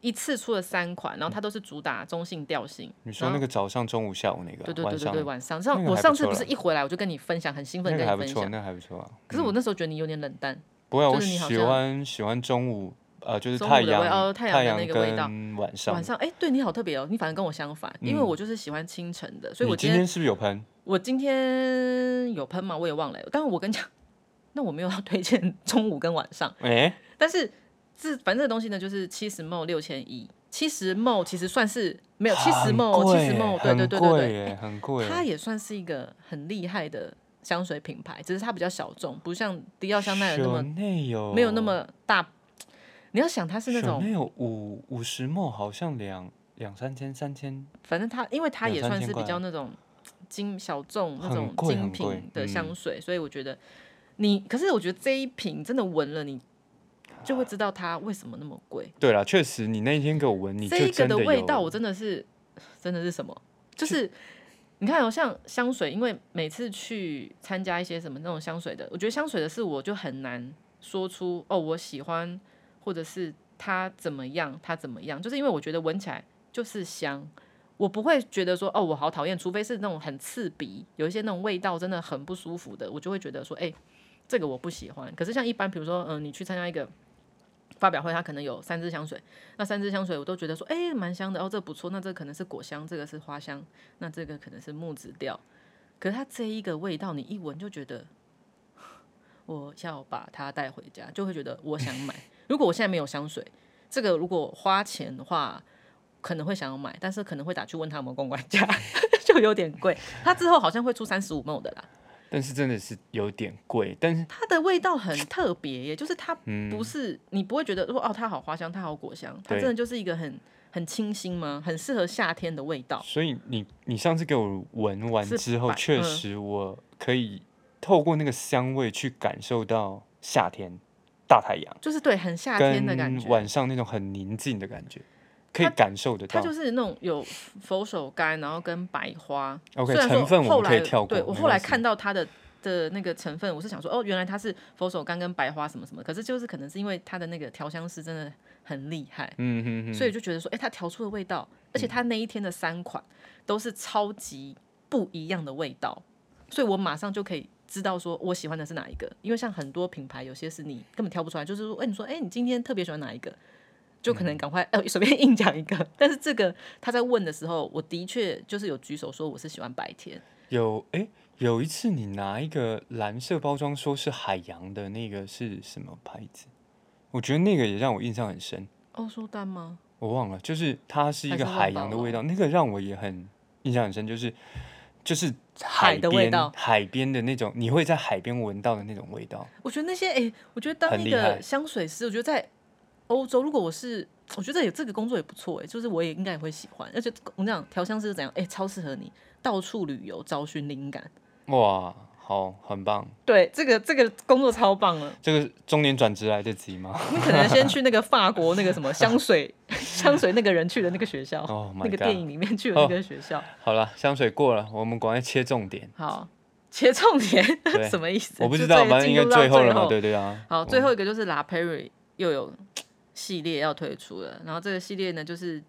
Speaker 2: 一次出了三款，然后它都是主打中性调性。
Speaker 1: 你说那个早上、中午、下午那个，
Speaker 2: 啊对
Speaker 1: 嗯
Speaker 2: 对
Speaker 1: 晚
Speaker 2: 对对
Speaker 1: 上
Speaker 2: 对，晚上上
Speaker 1: 那个
Speaker 2: 我
Speaker 1: 还不
Speaker 2: 上次
Speaker 1: 错
Speaker 2: 不是
Speaker 1: 啦
Speaker 2: 一回来我就跟你分享，很兴奋
Speaker 1: 那个
Speaker 2: 跟你
Speaker 1: 还不
Speaker 2: 分
Speaker 1: 错，
Speaker 2: 享。
Speaker 1: 那个还不错啊。
Speaker 2: 可是我那时候觉得你有点冷淡，
Speaker 1: 不会啊，
Speaker 2: 就
Speaker 1: 我
Speaker 2: 是你好
Speaker 1: 喜
Speaker 2: 像
Speaker 1: 欢喜欢中午，呃，就是
Speaker 2: 中
Speaker 1: 太
Speaker 2: 午的味
Speaker 1: 阳
Speaker 2: 哦太阳的那
Speaker 1: 阳
Speaker 2: 个味道
Speaker 1: 跟晚上。嗯
Speaker 2: 晚上，哎、对你好特别哦，你反而跟我相反，因为我就是喜欢清晨的，所以
Speaker 1: 你
Speaker 2: 我今
Speaker 1: 今
Speaker 2: 天
Speaker 1: 天是不是有喷？
Speaker 2: 我今天有喷吗？我也忘了，但是我跟你讲，那我没有要推荐 中午跟晚上，
Speaker 1: 哎，
Speaker 2: 但是这反正这东西呢，就是七十 m 六千一，七十 m 其实算是没有七十 m 七十 m 对对对对对，
Speaker 1: 对，很贵耶，
Speaker 2: 它也算是一个很厉害的香水品牌，只是它比较小众，不像迪奥香奈儿那么
Speaker 1: 内有
Speaker 2: 没有那么大。你要想它是那种
Speaker 1: 内有五五十梦，好像两两三千三千，
Speaker 2: 反正它因为它
Speaker 1: 两
Speaker 2: 也
Speaker 1: 三
Speaker 2: 算
Speaker 1: 千
Speaker 2: 是
Speaker 1: 块
Speaker 2: 比较那种精小众那
Speaker 1: 很
Speaker 2: 种
Speaker 1: 贵很
Speaker 2: 精
Speaker 1: 贵
Speaker 2: 品的
Speaker 1: 嗯
Speaker 2: 香水，所以我觉得你，可是我觉得这一瓶真的闻了你。就会知道它为什么那么贵。
Speaker 1: 对了，确实，你那一天给我闻，你就
Speaker 2: 这一个
Speaker 1: 真
Speaker 2: 的味
Speaker 1: 有
Speaker 2: 道，我真的是，真的是什么？就是你看、哦，像香水，因为每次去参加一些什么那种香水的，我觉得香水的事我就很难说出哦，我喜欢，或者是它怎么样，它怎么样，就是因为我觉得闻起来就是香。我不会觉得说哦，我好讨厌，除非是那种很刺鼻，有一些那种味道真的很不舒服的，我就会觉得说，哎、这个我不喜欢。可是像一般，比如说，嗯、你去参加一个发表会，它可能有三支香水，那三支香水我都觉得说，哎、蛮香的，哦，这不错，那这可能是果香，这个是花香，那这个可能是木质调。可是它这一个味道，你一闻就觉得，我要把它带回家，就会觉得我想买。如果我现在没有香水，这个如果花钱的话，可能会想要买，但是可能会打去问他有没有公关价， 就有点贵。它之后好像会出三十五 ml 的啦。
Speaker 1: 但是真的是有点贵，但是
Speaker 2: 它的味道很特别耶，就是它不是、你不会觉得说哦，它好花香，它好果香，它
Speaker 1: 嗯对
Speaker 2: 真的就是一个很很清新吗？很适合夏天的味道。
Speaker 1: 所以你你上次给我闻完
Speaker 2: 是
Speaker 1: 之后，
Speaker 2: 百
Speaker 1: 确
Speaker 2: 嗯
Speaker 1: 实我可以透过那个香味去感受到夏天、大太阳
Speaker 2: 就是对，很夏天的感
Speaker 1: 跟
Speaker 2: 觉
Speaker 1: 晚。上那种很宁静的感觉，可以
Speaker 2: 它
Speaker 1: 感受得
Speaker 2: 它
Speaker 1: 到。
Speaker 2: 就是那种有佛手柑，然后跟白花。
Speaker 1: OK，
Speaker 2: 虽然说
Speaker 1: 成分我
Speaker 2: 后
Speaker 1: 们可以
Speaker 2: 来
Speaker 1: 跳过
Speaker 2: 对我
Speaker 1: 没
Speaker 2: 后来
Speaker 1: 关系
Speaker 2: 看到它的的那个成分，我是想说，哦，原来它是佛手柑跟白花什么什么。可是就是可能是因为它的那个调香师真的很厉害，
Speaker 1: 嗯哼哼，
Speaker 2: 所以就觉得说，哎、它调出的味道，而且它那一天的三款都是超级不一样的味道，所以我马上就可以知道说我喜欢的是哪一个。因为像很多品牌，有些是你根本挑不出来，就是说，哎、你说，哎、你今天特别喜欢哪一个？就可能赶快呃随便硬讲一个，但是这个他在问的时候，我的确就是有举手说我是喜欢白天，
Speaker 1: 有哎、有一次你拿一个蓝色包装，说是海洋的那个是什么牌子？我觉得那个也让我印象很深，
Speaker 2: 欧舒丹哦吗？
Speaker 1: 我忘了，就是它是一
Speaker 2: 还
Speaker 1: 个
Speaker 2: 是万
Speaker 1: 海
Speaker 2: 宝
Speaker 1: 洋的
Speaker 2: 龙
Speaker 1: 味道，那个让我也很印象很深，就是就是
Speaker 2: 海的味
Speaker 1: 边
Speaker 2: 道
Speaker 1: 海边的那种，你会在海边闻到的那种味道。
Speaker 2: 我觉得那些哎、我觉得当
Speaker 1: 很
Speaker 2: 一
Speaker 1: 厉害
Speaker 2: 个香水师，我觉得在欧洲，如果我是，我觉得有这个工作也不错哎、就是我也应该也会喜欢。而且我跟你讲调香师是怎样，哎、超适合你到处旅游找寻灵感，
Speaker 1: 哇，好，很棒。
Speaker 2: 对，这个这个工作超棒了。
Speaker 1: 这个中年转职来得及吗
Speaker 2: 你可能先去那个法国那个什么香水香水那个人去的那个学校
Speaker 1: ？Oh
Speaker 2: 那
Speaker 1: my
Speaker 2: 个
Speaker 1: god！哦
Speaker 2: 电影里面去的那个学校。
Speaker 1: 好了，香水过了，我们赶快切重点。
Speaker 2: 好，切重点
Speaker 1: 对
Speaker 2: 什么意思？
Speaker 1: 我不知
Speaker 2: 就
Speaker 1: 道，
Speaker 2: 最
Speaker 1: 反正应
Speaker 2: 进
Speaker 1: 该
Speaker 2: 入到
Speaker 1: 最
Speaker 2: 最
Speaker 1: 后了嘛，对对啊。
Speaker 2: 好，最后一个就是 La Perry 又有系列要推出了，然后这个系列呢就是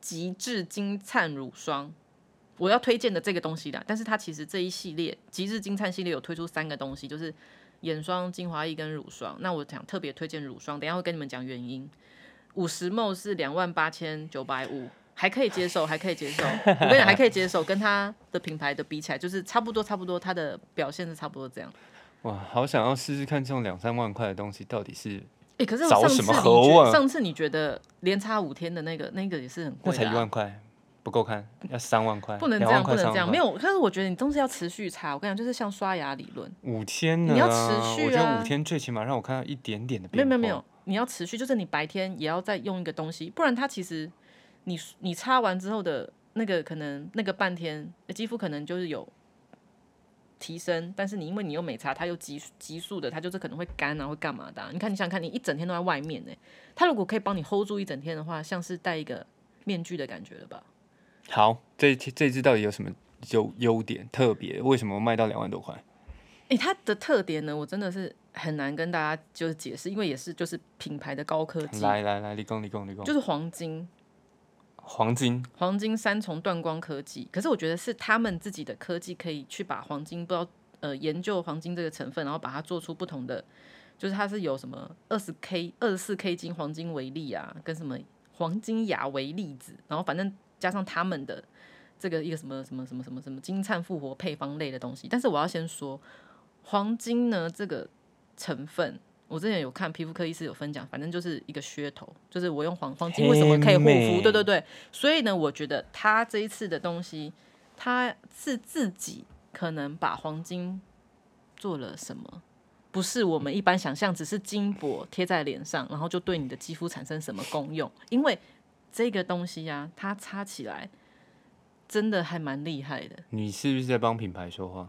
Speaker 2: 极致金灿乳霜，我要推荐的这个东西啦。但是它其实这一系列极致金灿系列有推出三个东西，就是眼霜、精华液跟乳霜。那我想特别推荐乳霜，等一下会跟你们讲原因。五十 ml 是两万八千九百五，还可以接受，还可以接受。我跟你讲，还可以接受，跟它的品牌的比起来，就是差不多，差不多，它的表现是差不多这样。
Speaker 1: 哇，好想要试试看这种两三万块的东西到底是，
Speaker 2: 哎、可是我
Speaker 1: 找
Speaker 2: 上次
Speaker 1: 什
Speaker 2: 你
Speaker 1: 么和
Speaker 2: 觉
Speaker 1: 啊
Speaker 2: 上次你觉得连差五天的那个那个也是很
Speaker 1: 那
Speaker 2: 贵
Speaker 1: 才
Speaker 2: 的
Speaker 1: 一
Speaker 2: 啊、
Speaker 1: 万块不够看，要三万块，
Speaker 2: 不能这
Speaker 1: 两万
Speaker 2: 样，不
Speaker 1: 块
Speaker 2: 能
Speaker 1: 三
Speaker 2: 这样，
Speaker 1: 万
Speaker 2: 没
Speaker 1: 块，
Speaker 2: 有。但是我觉得你东西要持续擦，我跟你讲，就是像刷牙理论，
Speaker 1: 五天呢？
Speaker 2: 你要持
Speaker 1: 我
Speaker 2: 续
Speaker 1: 觉得
Speaker 2: 啊
Speaker 1: 五天最起码让我看到一点点的
Speaker 2: 没
Speaker 1: 变
Speaker 2: 有
Speaker 1: 化。
Speaker 2: 没有没有，你要持续，就是你白天也要再用一个东西，不然它其实你你擦完之后的那个可能那个半天呃肌肤可能就是有提升，但是你因为你又没擦，它又急急速的，它就是可能会干啊，会干嘛的啊、你看你想想看，你一整天都在外面呢、它如果可以帮你 hold 住一整天的话，像是戴一个面具的感觉了吧？
Speaker 1: 好，这一期这一支到底有什么优优点特别？为什么卖到两万多块？
Speaker 2: 诶，它的特点呢，我真的是很难跟大家就是解释，因为也是就是品牌的高科技，
Speaker 1: 来来来，立功立功立功，
Speaker 2: 就是黄金，
Speaker 1: 黄金
Speaker 2: 黄金三重断光科技。可是我觉得是他们自己的科技可以去把黄金，不知道呃研究黄金这个成分，然后把它做出不同的，就是它是有什么二十 K、二十四 K 金黄金为例啊，跟什么黄金亚为例子，然后反正加上他们的这个一个什么什么什么什么什么金灿复活配方类的东西。但是我要先说，黄金呢这个成分。我之前有看皮肤科医师有分享，反正就是一个噱头，就是我用黄黄金为什么可以
Speaker 1: 黑
Speaker 2: 护
Speaker 1: 妹
Speaker 2: 肤？对对对，所以呢，我觉得他这一次的东西，他是自己可能把黄金做了什么，不是我们一般想象，只是金箔贴在脸上，然后就对你的肌肤产生什么功用？因为这个东西呀、它擦起来真的还蛮厉害的。
Speaker 1: 你是不是在帮品牌说话？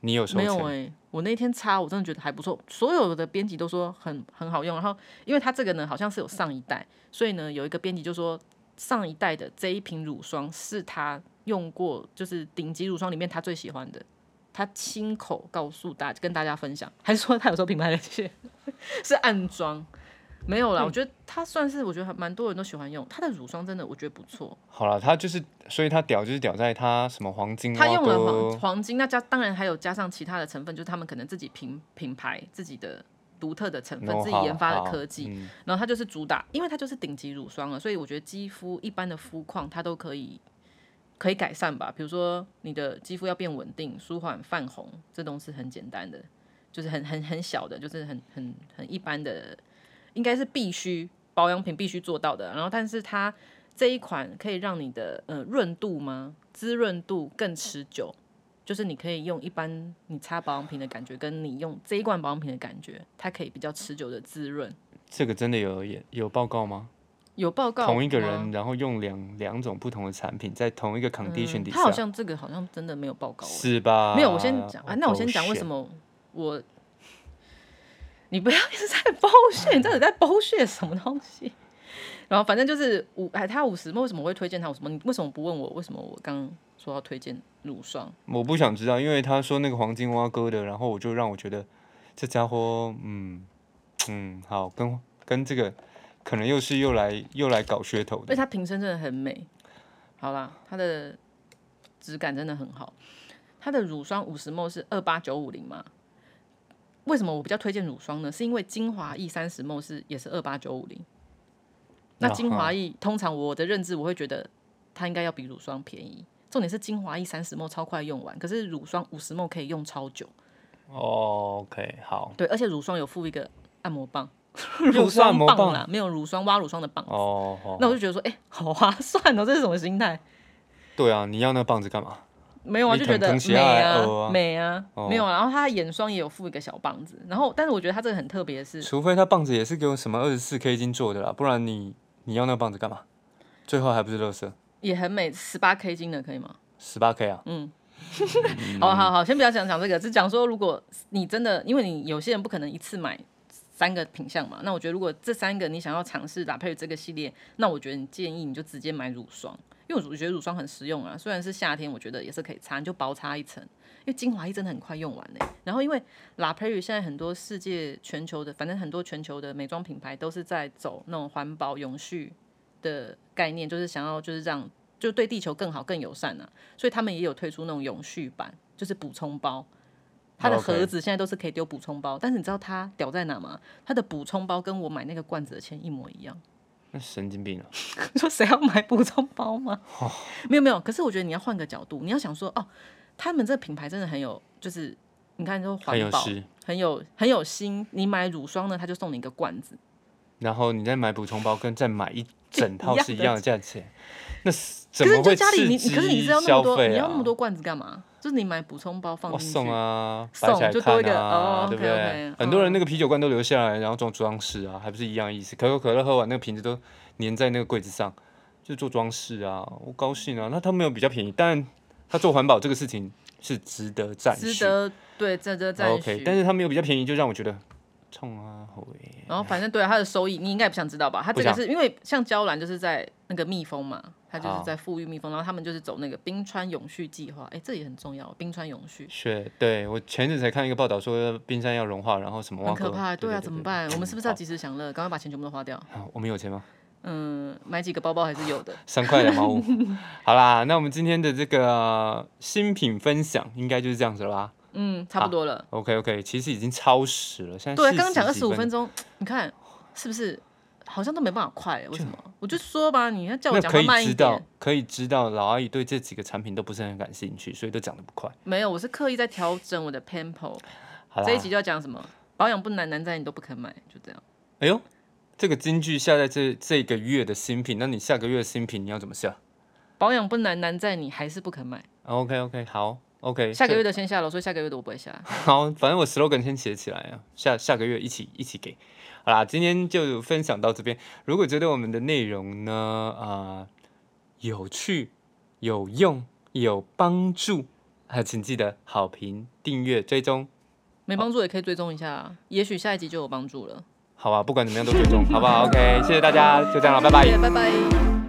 Speaker 1: 你有收
Speaker 2: 没有
Speaker 1: 钱？
Speaker 2: 哎、我那天擦，我真的觉得还不错。所有的编辑都说很很好用，然后因为它这个呢好像是有上一代，所以呢有一个编辑就说上一代的这一瓶乳霜是他用过，就是顶级乳霜里面他最喜欢的。他亲口告诉大跟大家分享，还说他有时候品牌的谢是暗装，没有啦。
Speaker 1: 嗯
Speaker 2: 我觉得他算是我觉得还蛮多人都喜欢用他的乳霜，真的我觉得不错。
Speaker 1: 好了，它就是，所以它屌就是屌在它什么黄金
Speaker 2: 他
Speaker 1: 挖
Speaker 2: 用了
Speaker 1: 沟
Speaker 2: 黄黄金，那加当然还有加上其他的成分，就是他们可能自己品品牌自己的独特的成分，自己
Speaker 1: know-how，
Speaker 2: 研发
Speaker 1: 好
Speaker 2: 的科技。
Speaker 1: 嗯
Speaker 2: 然后它就是主打，因为它就是顶级乳霜了，所以我觉得肌肤一般的肤况它都可以可以改善吧。比如说你的肌肤要变稳定、舒缓、泛红，这都是很简单的，就是很很很小的，就是很很很一般的，应该是必须保养品必须做到的。然后，但是它这一款可以让你的呃润度吗？滋润度更持久。就是你可以用一般你擦保养品的感觉，跟你用这一罐保养品的感觉，它可以比较持久的滋润。
Speaker 1: 这个真的有也有报告吗？
Speaker 2: 有报告
Speaker 1: 同一个
Speaker 2: 吗
Speaker 1: 人，然后用两两种不同的产品，在同一个 condition
Speaker 2: 嗯
Speaker 1: 底
Speaker 2: 他好
Speaker 1: 下，
Speaker 2: 像这个好像真的没有报告欸，
Speaker 1: 是吧？
Speaker 2: 没有。我先讲啊，那我先讲为什
Speaker 1: 么？
Speaker 2: 么我，你不要一直在剥削，你到底在剥削什么东西？然后反正就是五，哎，他五十，为什么我会推荐他五十？你为什么不问我为什么我刚说要推荐乳霜？
Speaker 1: 我不想知道，因为他说那个黄金挖沟的，然后我就让我觉得这家伙，嗯嗯，好，跟跟这个可能又是又来又来搞噱头
Speaker 2: 因
Speaker 1: 的
Speaker 2: 为。它瓶身真的很美。好啦，它的质感真的很好。它的乳霜五十 ml 是二八九五零嘛？为什么我比较推荐乳霜呢？是因为精华液三十 ml 是也是二八九五零。那
Speaker 1: 啊
Speaker 2: 精华液、通常我的认知我会觉得它应该要比乳霜便宜。重点是精华液三十 ml 超快用完，可是乳霜五十 ml 可以用超久。
Speaker 1: 哦 OK，好，
Speaker 2: 对，而且乳霜有附一个按摩棒，
Speaker 1: 又
Speaker 2: 乳
Speaker 1: 是按
Speaker 2: 霜
Speaker 1: 摩
Speaker 2: 棒
Speaker 1: 棒
Speaker 2: 啦，没有乳霜挖乳霜的棒。
Speaker 1: 哦，哦
Speaker 2: 那我就觉得说，哎、好划算哦，这是什么心态？
Speaker 1: 对啊，你要那棒子干嘛？
Speaker 2: 没有啊，
Speaker 1: 你
Speaker 2: 就觉
Speaker 1: 疼
Speaker 2: 得
Speaker 1: 疼起
Speaker 2: 美
Speaker 1: 来呃
Speaker 2: 啊
Speaker 1: 啊，
Speaker 2: 美啊，
Speaker 1: 哦
Speaker 2: 没有啊。然后它的眼霜也有附一个小棒子，然后但是我觉得它这个很特别的是，
Speaker 1: 除非他棒子也是给我什么二十四 K 金做的啦，不然你你要那棒子干嘛？最后还不是乐色
Speaker 2: 也很美，十八 K 金的可以吗？
Speaker 1: 十八 K 啊？
Speaker 2: 嗯，好好好，先不要讲讲这个，只讲说如果你真的，因为你有些人不可能一次买三个品相嘛，那我觉得如果这三个你想要尝试搭配这个系列，那我觉得你建议你就直接买乳霜，因为我觉得乳霜很实用啊，虽然是夏天，我觉得也是可以擦，你就薄擦一层，因为精华液真的很快用完呢、然后因为 La p r e 现在很多世界全球的，反正很多全球的美妆品牌都是在走那种环保永续的概念，就是想要就是让就对地球更好更友善啊，所以他们也有推出那种永续版，就是补充包。它的
Speaker 1: OK
Speaker 2: 盒子现在都是可以丢补充包但是你知道它屌在哪吗？它的补充包跟我买那个罐子的钱一模一样。
Speaker 1: 那神经病啊！
Speaker 2: 说谁要买补充包吗？
Speaker 1: 哦
Speaker 2: 没有没有，可是我觉得你要换个角度，你要想说哦，他们这个品牌真的很有，就是你看说
Speaker 1: 还有
Speaker 2: 环保，
Speaker 1: 是，
Speaker 2: 很有很有心。你买乳霜呢，他就送你一个罐子，
Speaker 1: 然后你再买补充包，跟再买一整套是一
Speaker 2: 一样
Speaker 1: 样
Speaker 2: 的
Speaker 1: 的价钱，那是
Speaker 2: 可
Speaker 1: 怎
Speaker 2: 是
Speaker 1: 么
Speaker 2: 你就
Speaker 1: 会
Speaker 2: 家里你
Speaker 1: 刺
Speaker 2: 你可是你
Speaker 1: 激
Speaker 2: 知道那么
Speaker 1: 消
Speaker 2: 多，
Speaker 1: 费
Speaker 2: 你要那
Speaker 1: 啊
Speaker 2: 么？多罐子干嘛？就是你买补充包放
Speaker 1: 哇，
Speaker 2: 进去，
Speaker 1: 送啊，摆
Speaker 2: 送
Speaker 1: 起来
Speaker 2: 就多一
Speaker 1: 看
Speaker 2: 个哦
Speaker 1: 啊，对不对
Speaker 2: OK，OK，？
Speaker 1: 很多
Speaker 2: 嗯
Speaker 1: 人那个啤酒罐都留下来，然后装装饰啊，还不是一样意思？可口可乐喝完那个瓶子都粘在那个柜子上，就做装饰啊，我高兴啊。那他没有比较便宜，但他做环保这个事情是值得赞许
Speaker 2: 值得对值得赞许。
Speaker 1: 哦 OK，但是他没有比较便宜，就让我觉得冲啊，好诶。
Speaker 2: 然后反正对啊它的收益，你应该也不想知道吧？它这个是因为像娇兰就是在那个蜜蜂嘛，它就是
Speaker 1: 好
Speaker 2: 在富裕蜜蜂，然后他们就是走那个冰川永续计划，哎，这也很重要，冰川永续
Speaker 1: 是，对我前阵才看一个报道说冰山要融化，然后什么
Speaker 2: 很
Speaker 1: 挖沟
Speaker 2: 可怕，
Speaker 1: 对
Speaker 2: 对啊，怎么办？我们是不是要及时享乐？赶快把钱全部都花掉？
Speaker 1: 好我们有钱吗？
Speaker 2: 嗯，买几个包包还是有的。
Speaker 1: 三块两毛 五。好啦，那我们今天的这个新品分享应该就是这样子啦。
Speaker 2: 嗯，差不多了。
Speaker 1: OK OK，其实已经超时了，现在
Speaker 2: 对，啊
Speaker 1: 40
Speaker 2: 刚刚讲二
Speaker 1: 几
Speaker 2: 十五分
Speaker 1: 分，
Speaker 2: 钟，你看是不是好像都没办法快、为什么？我就说吧，你要叫我
Speaker 1: 那
Speaker 2: 讲
Speaker 1: 可
Speaker 2: 话
Speaker 1: 以
Speaker 2: 慢一
Speaker 1: 知道
Speaker 2: 点。，
Speaker 1: 可以知道老阿姨对这几个产品都不是很感兴趣，所以都讲的不快。
Speaker 2: 没有，我是刻意在调整我的 tempo。
Speaker 1: 好啦
Speaker 2: 这一，集就要讲什么？保养不难，难在你都不肯买，就这样。
Speaker 1: 哎呦，这个金句下在这这个月的新品，那你下个月的新品你要怎么下
Speaker 2: 保养不难，难在你还是不肯买。
Speaker 1: ？OK OK，好 OK，
Speaker 2: 下个月的先下了，所以下个月的我不会下。
Speaker 1: 好，反正我 slogan 先写起来啊，下下个月一起一起给。好啦，今天就分享到这边。如果觉得我们的内容呢，啊、有趣、有用、有帮助，啊，请记得好评、订阅、追踪，
Speaker 2: 没帮助也可以追踪一下啊，也许下一集就有帮助了。
Speaker 1: 啊好吧？不管怎么样都追踪，好不好？OK，谢谢大家，就这样了，拜拜
Speaker 2: 谢。谢，拜拜。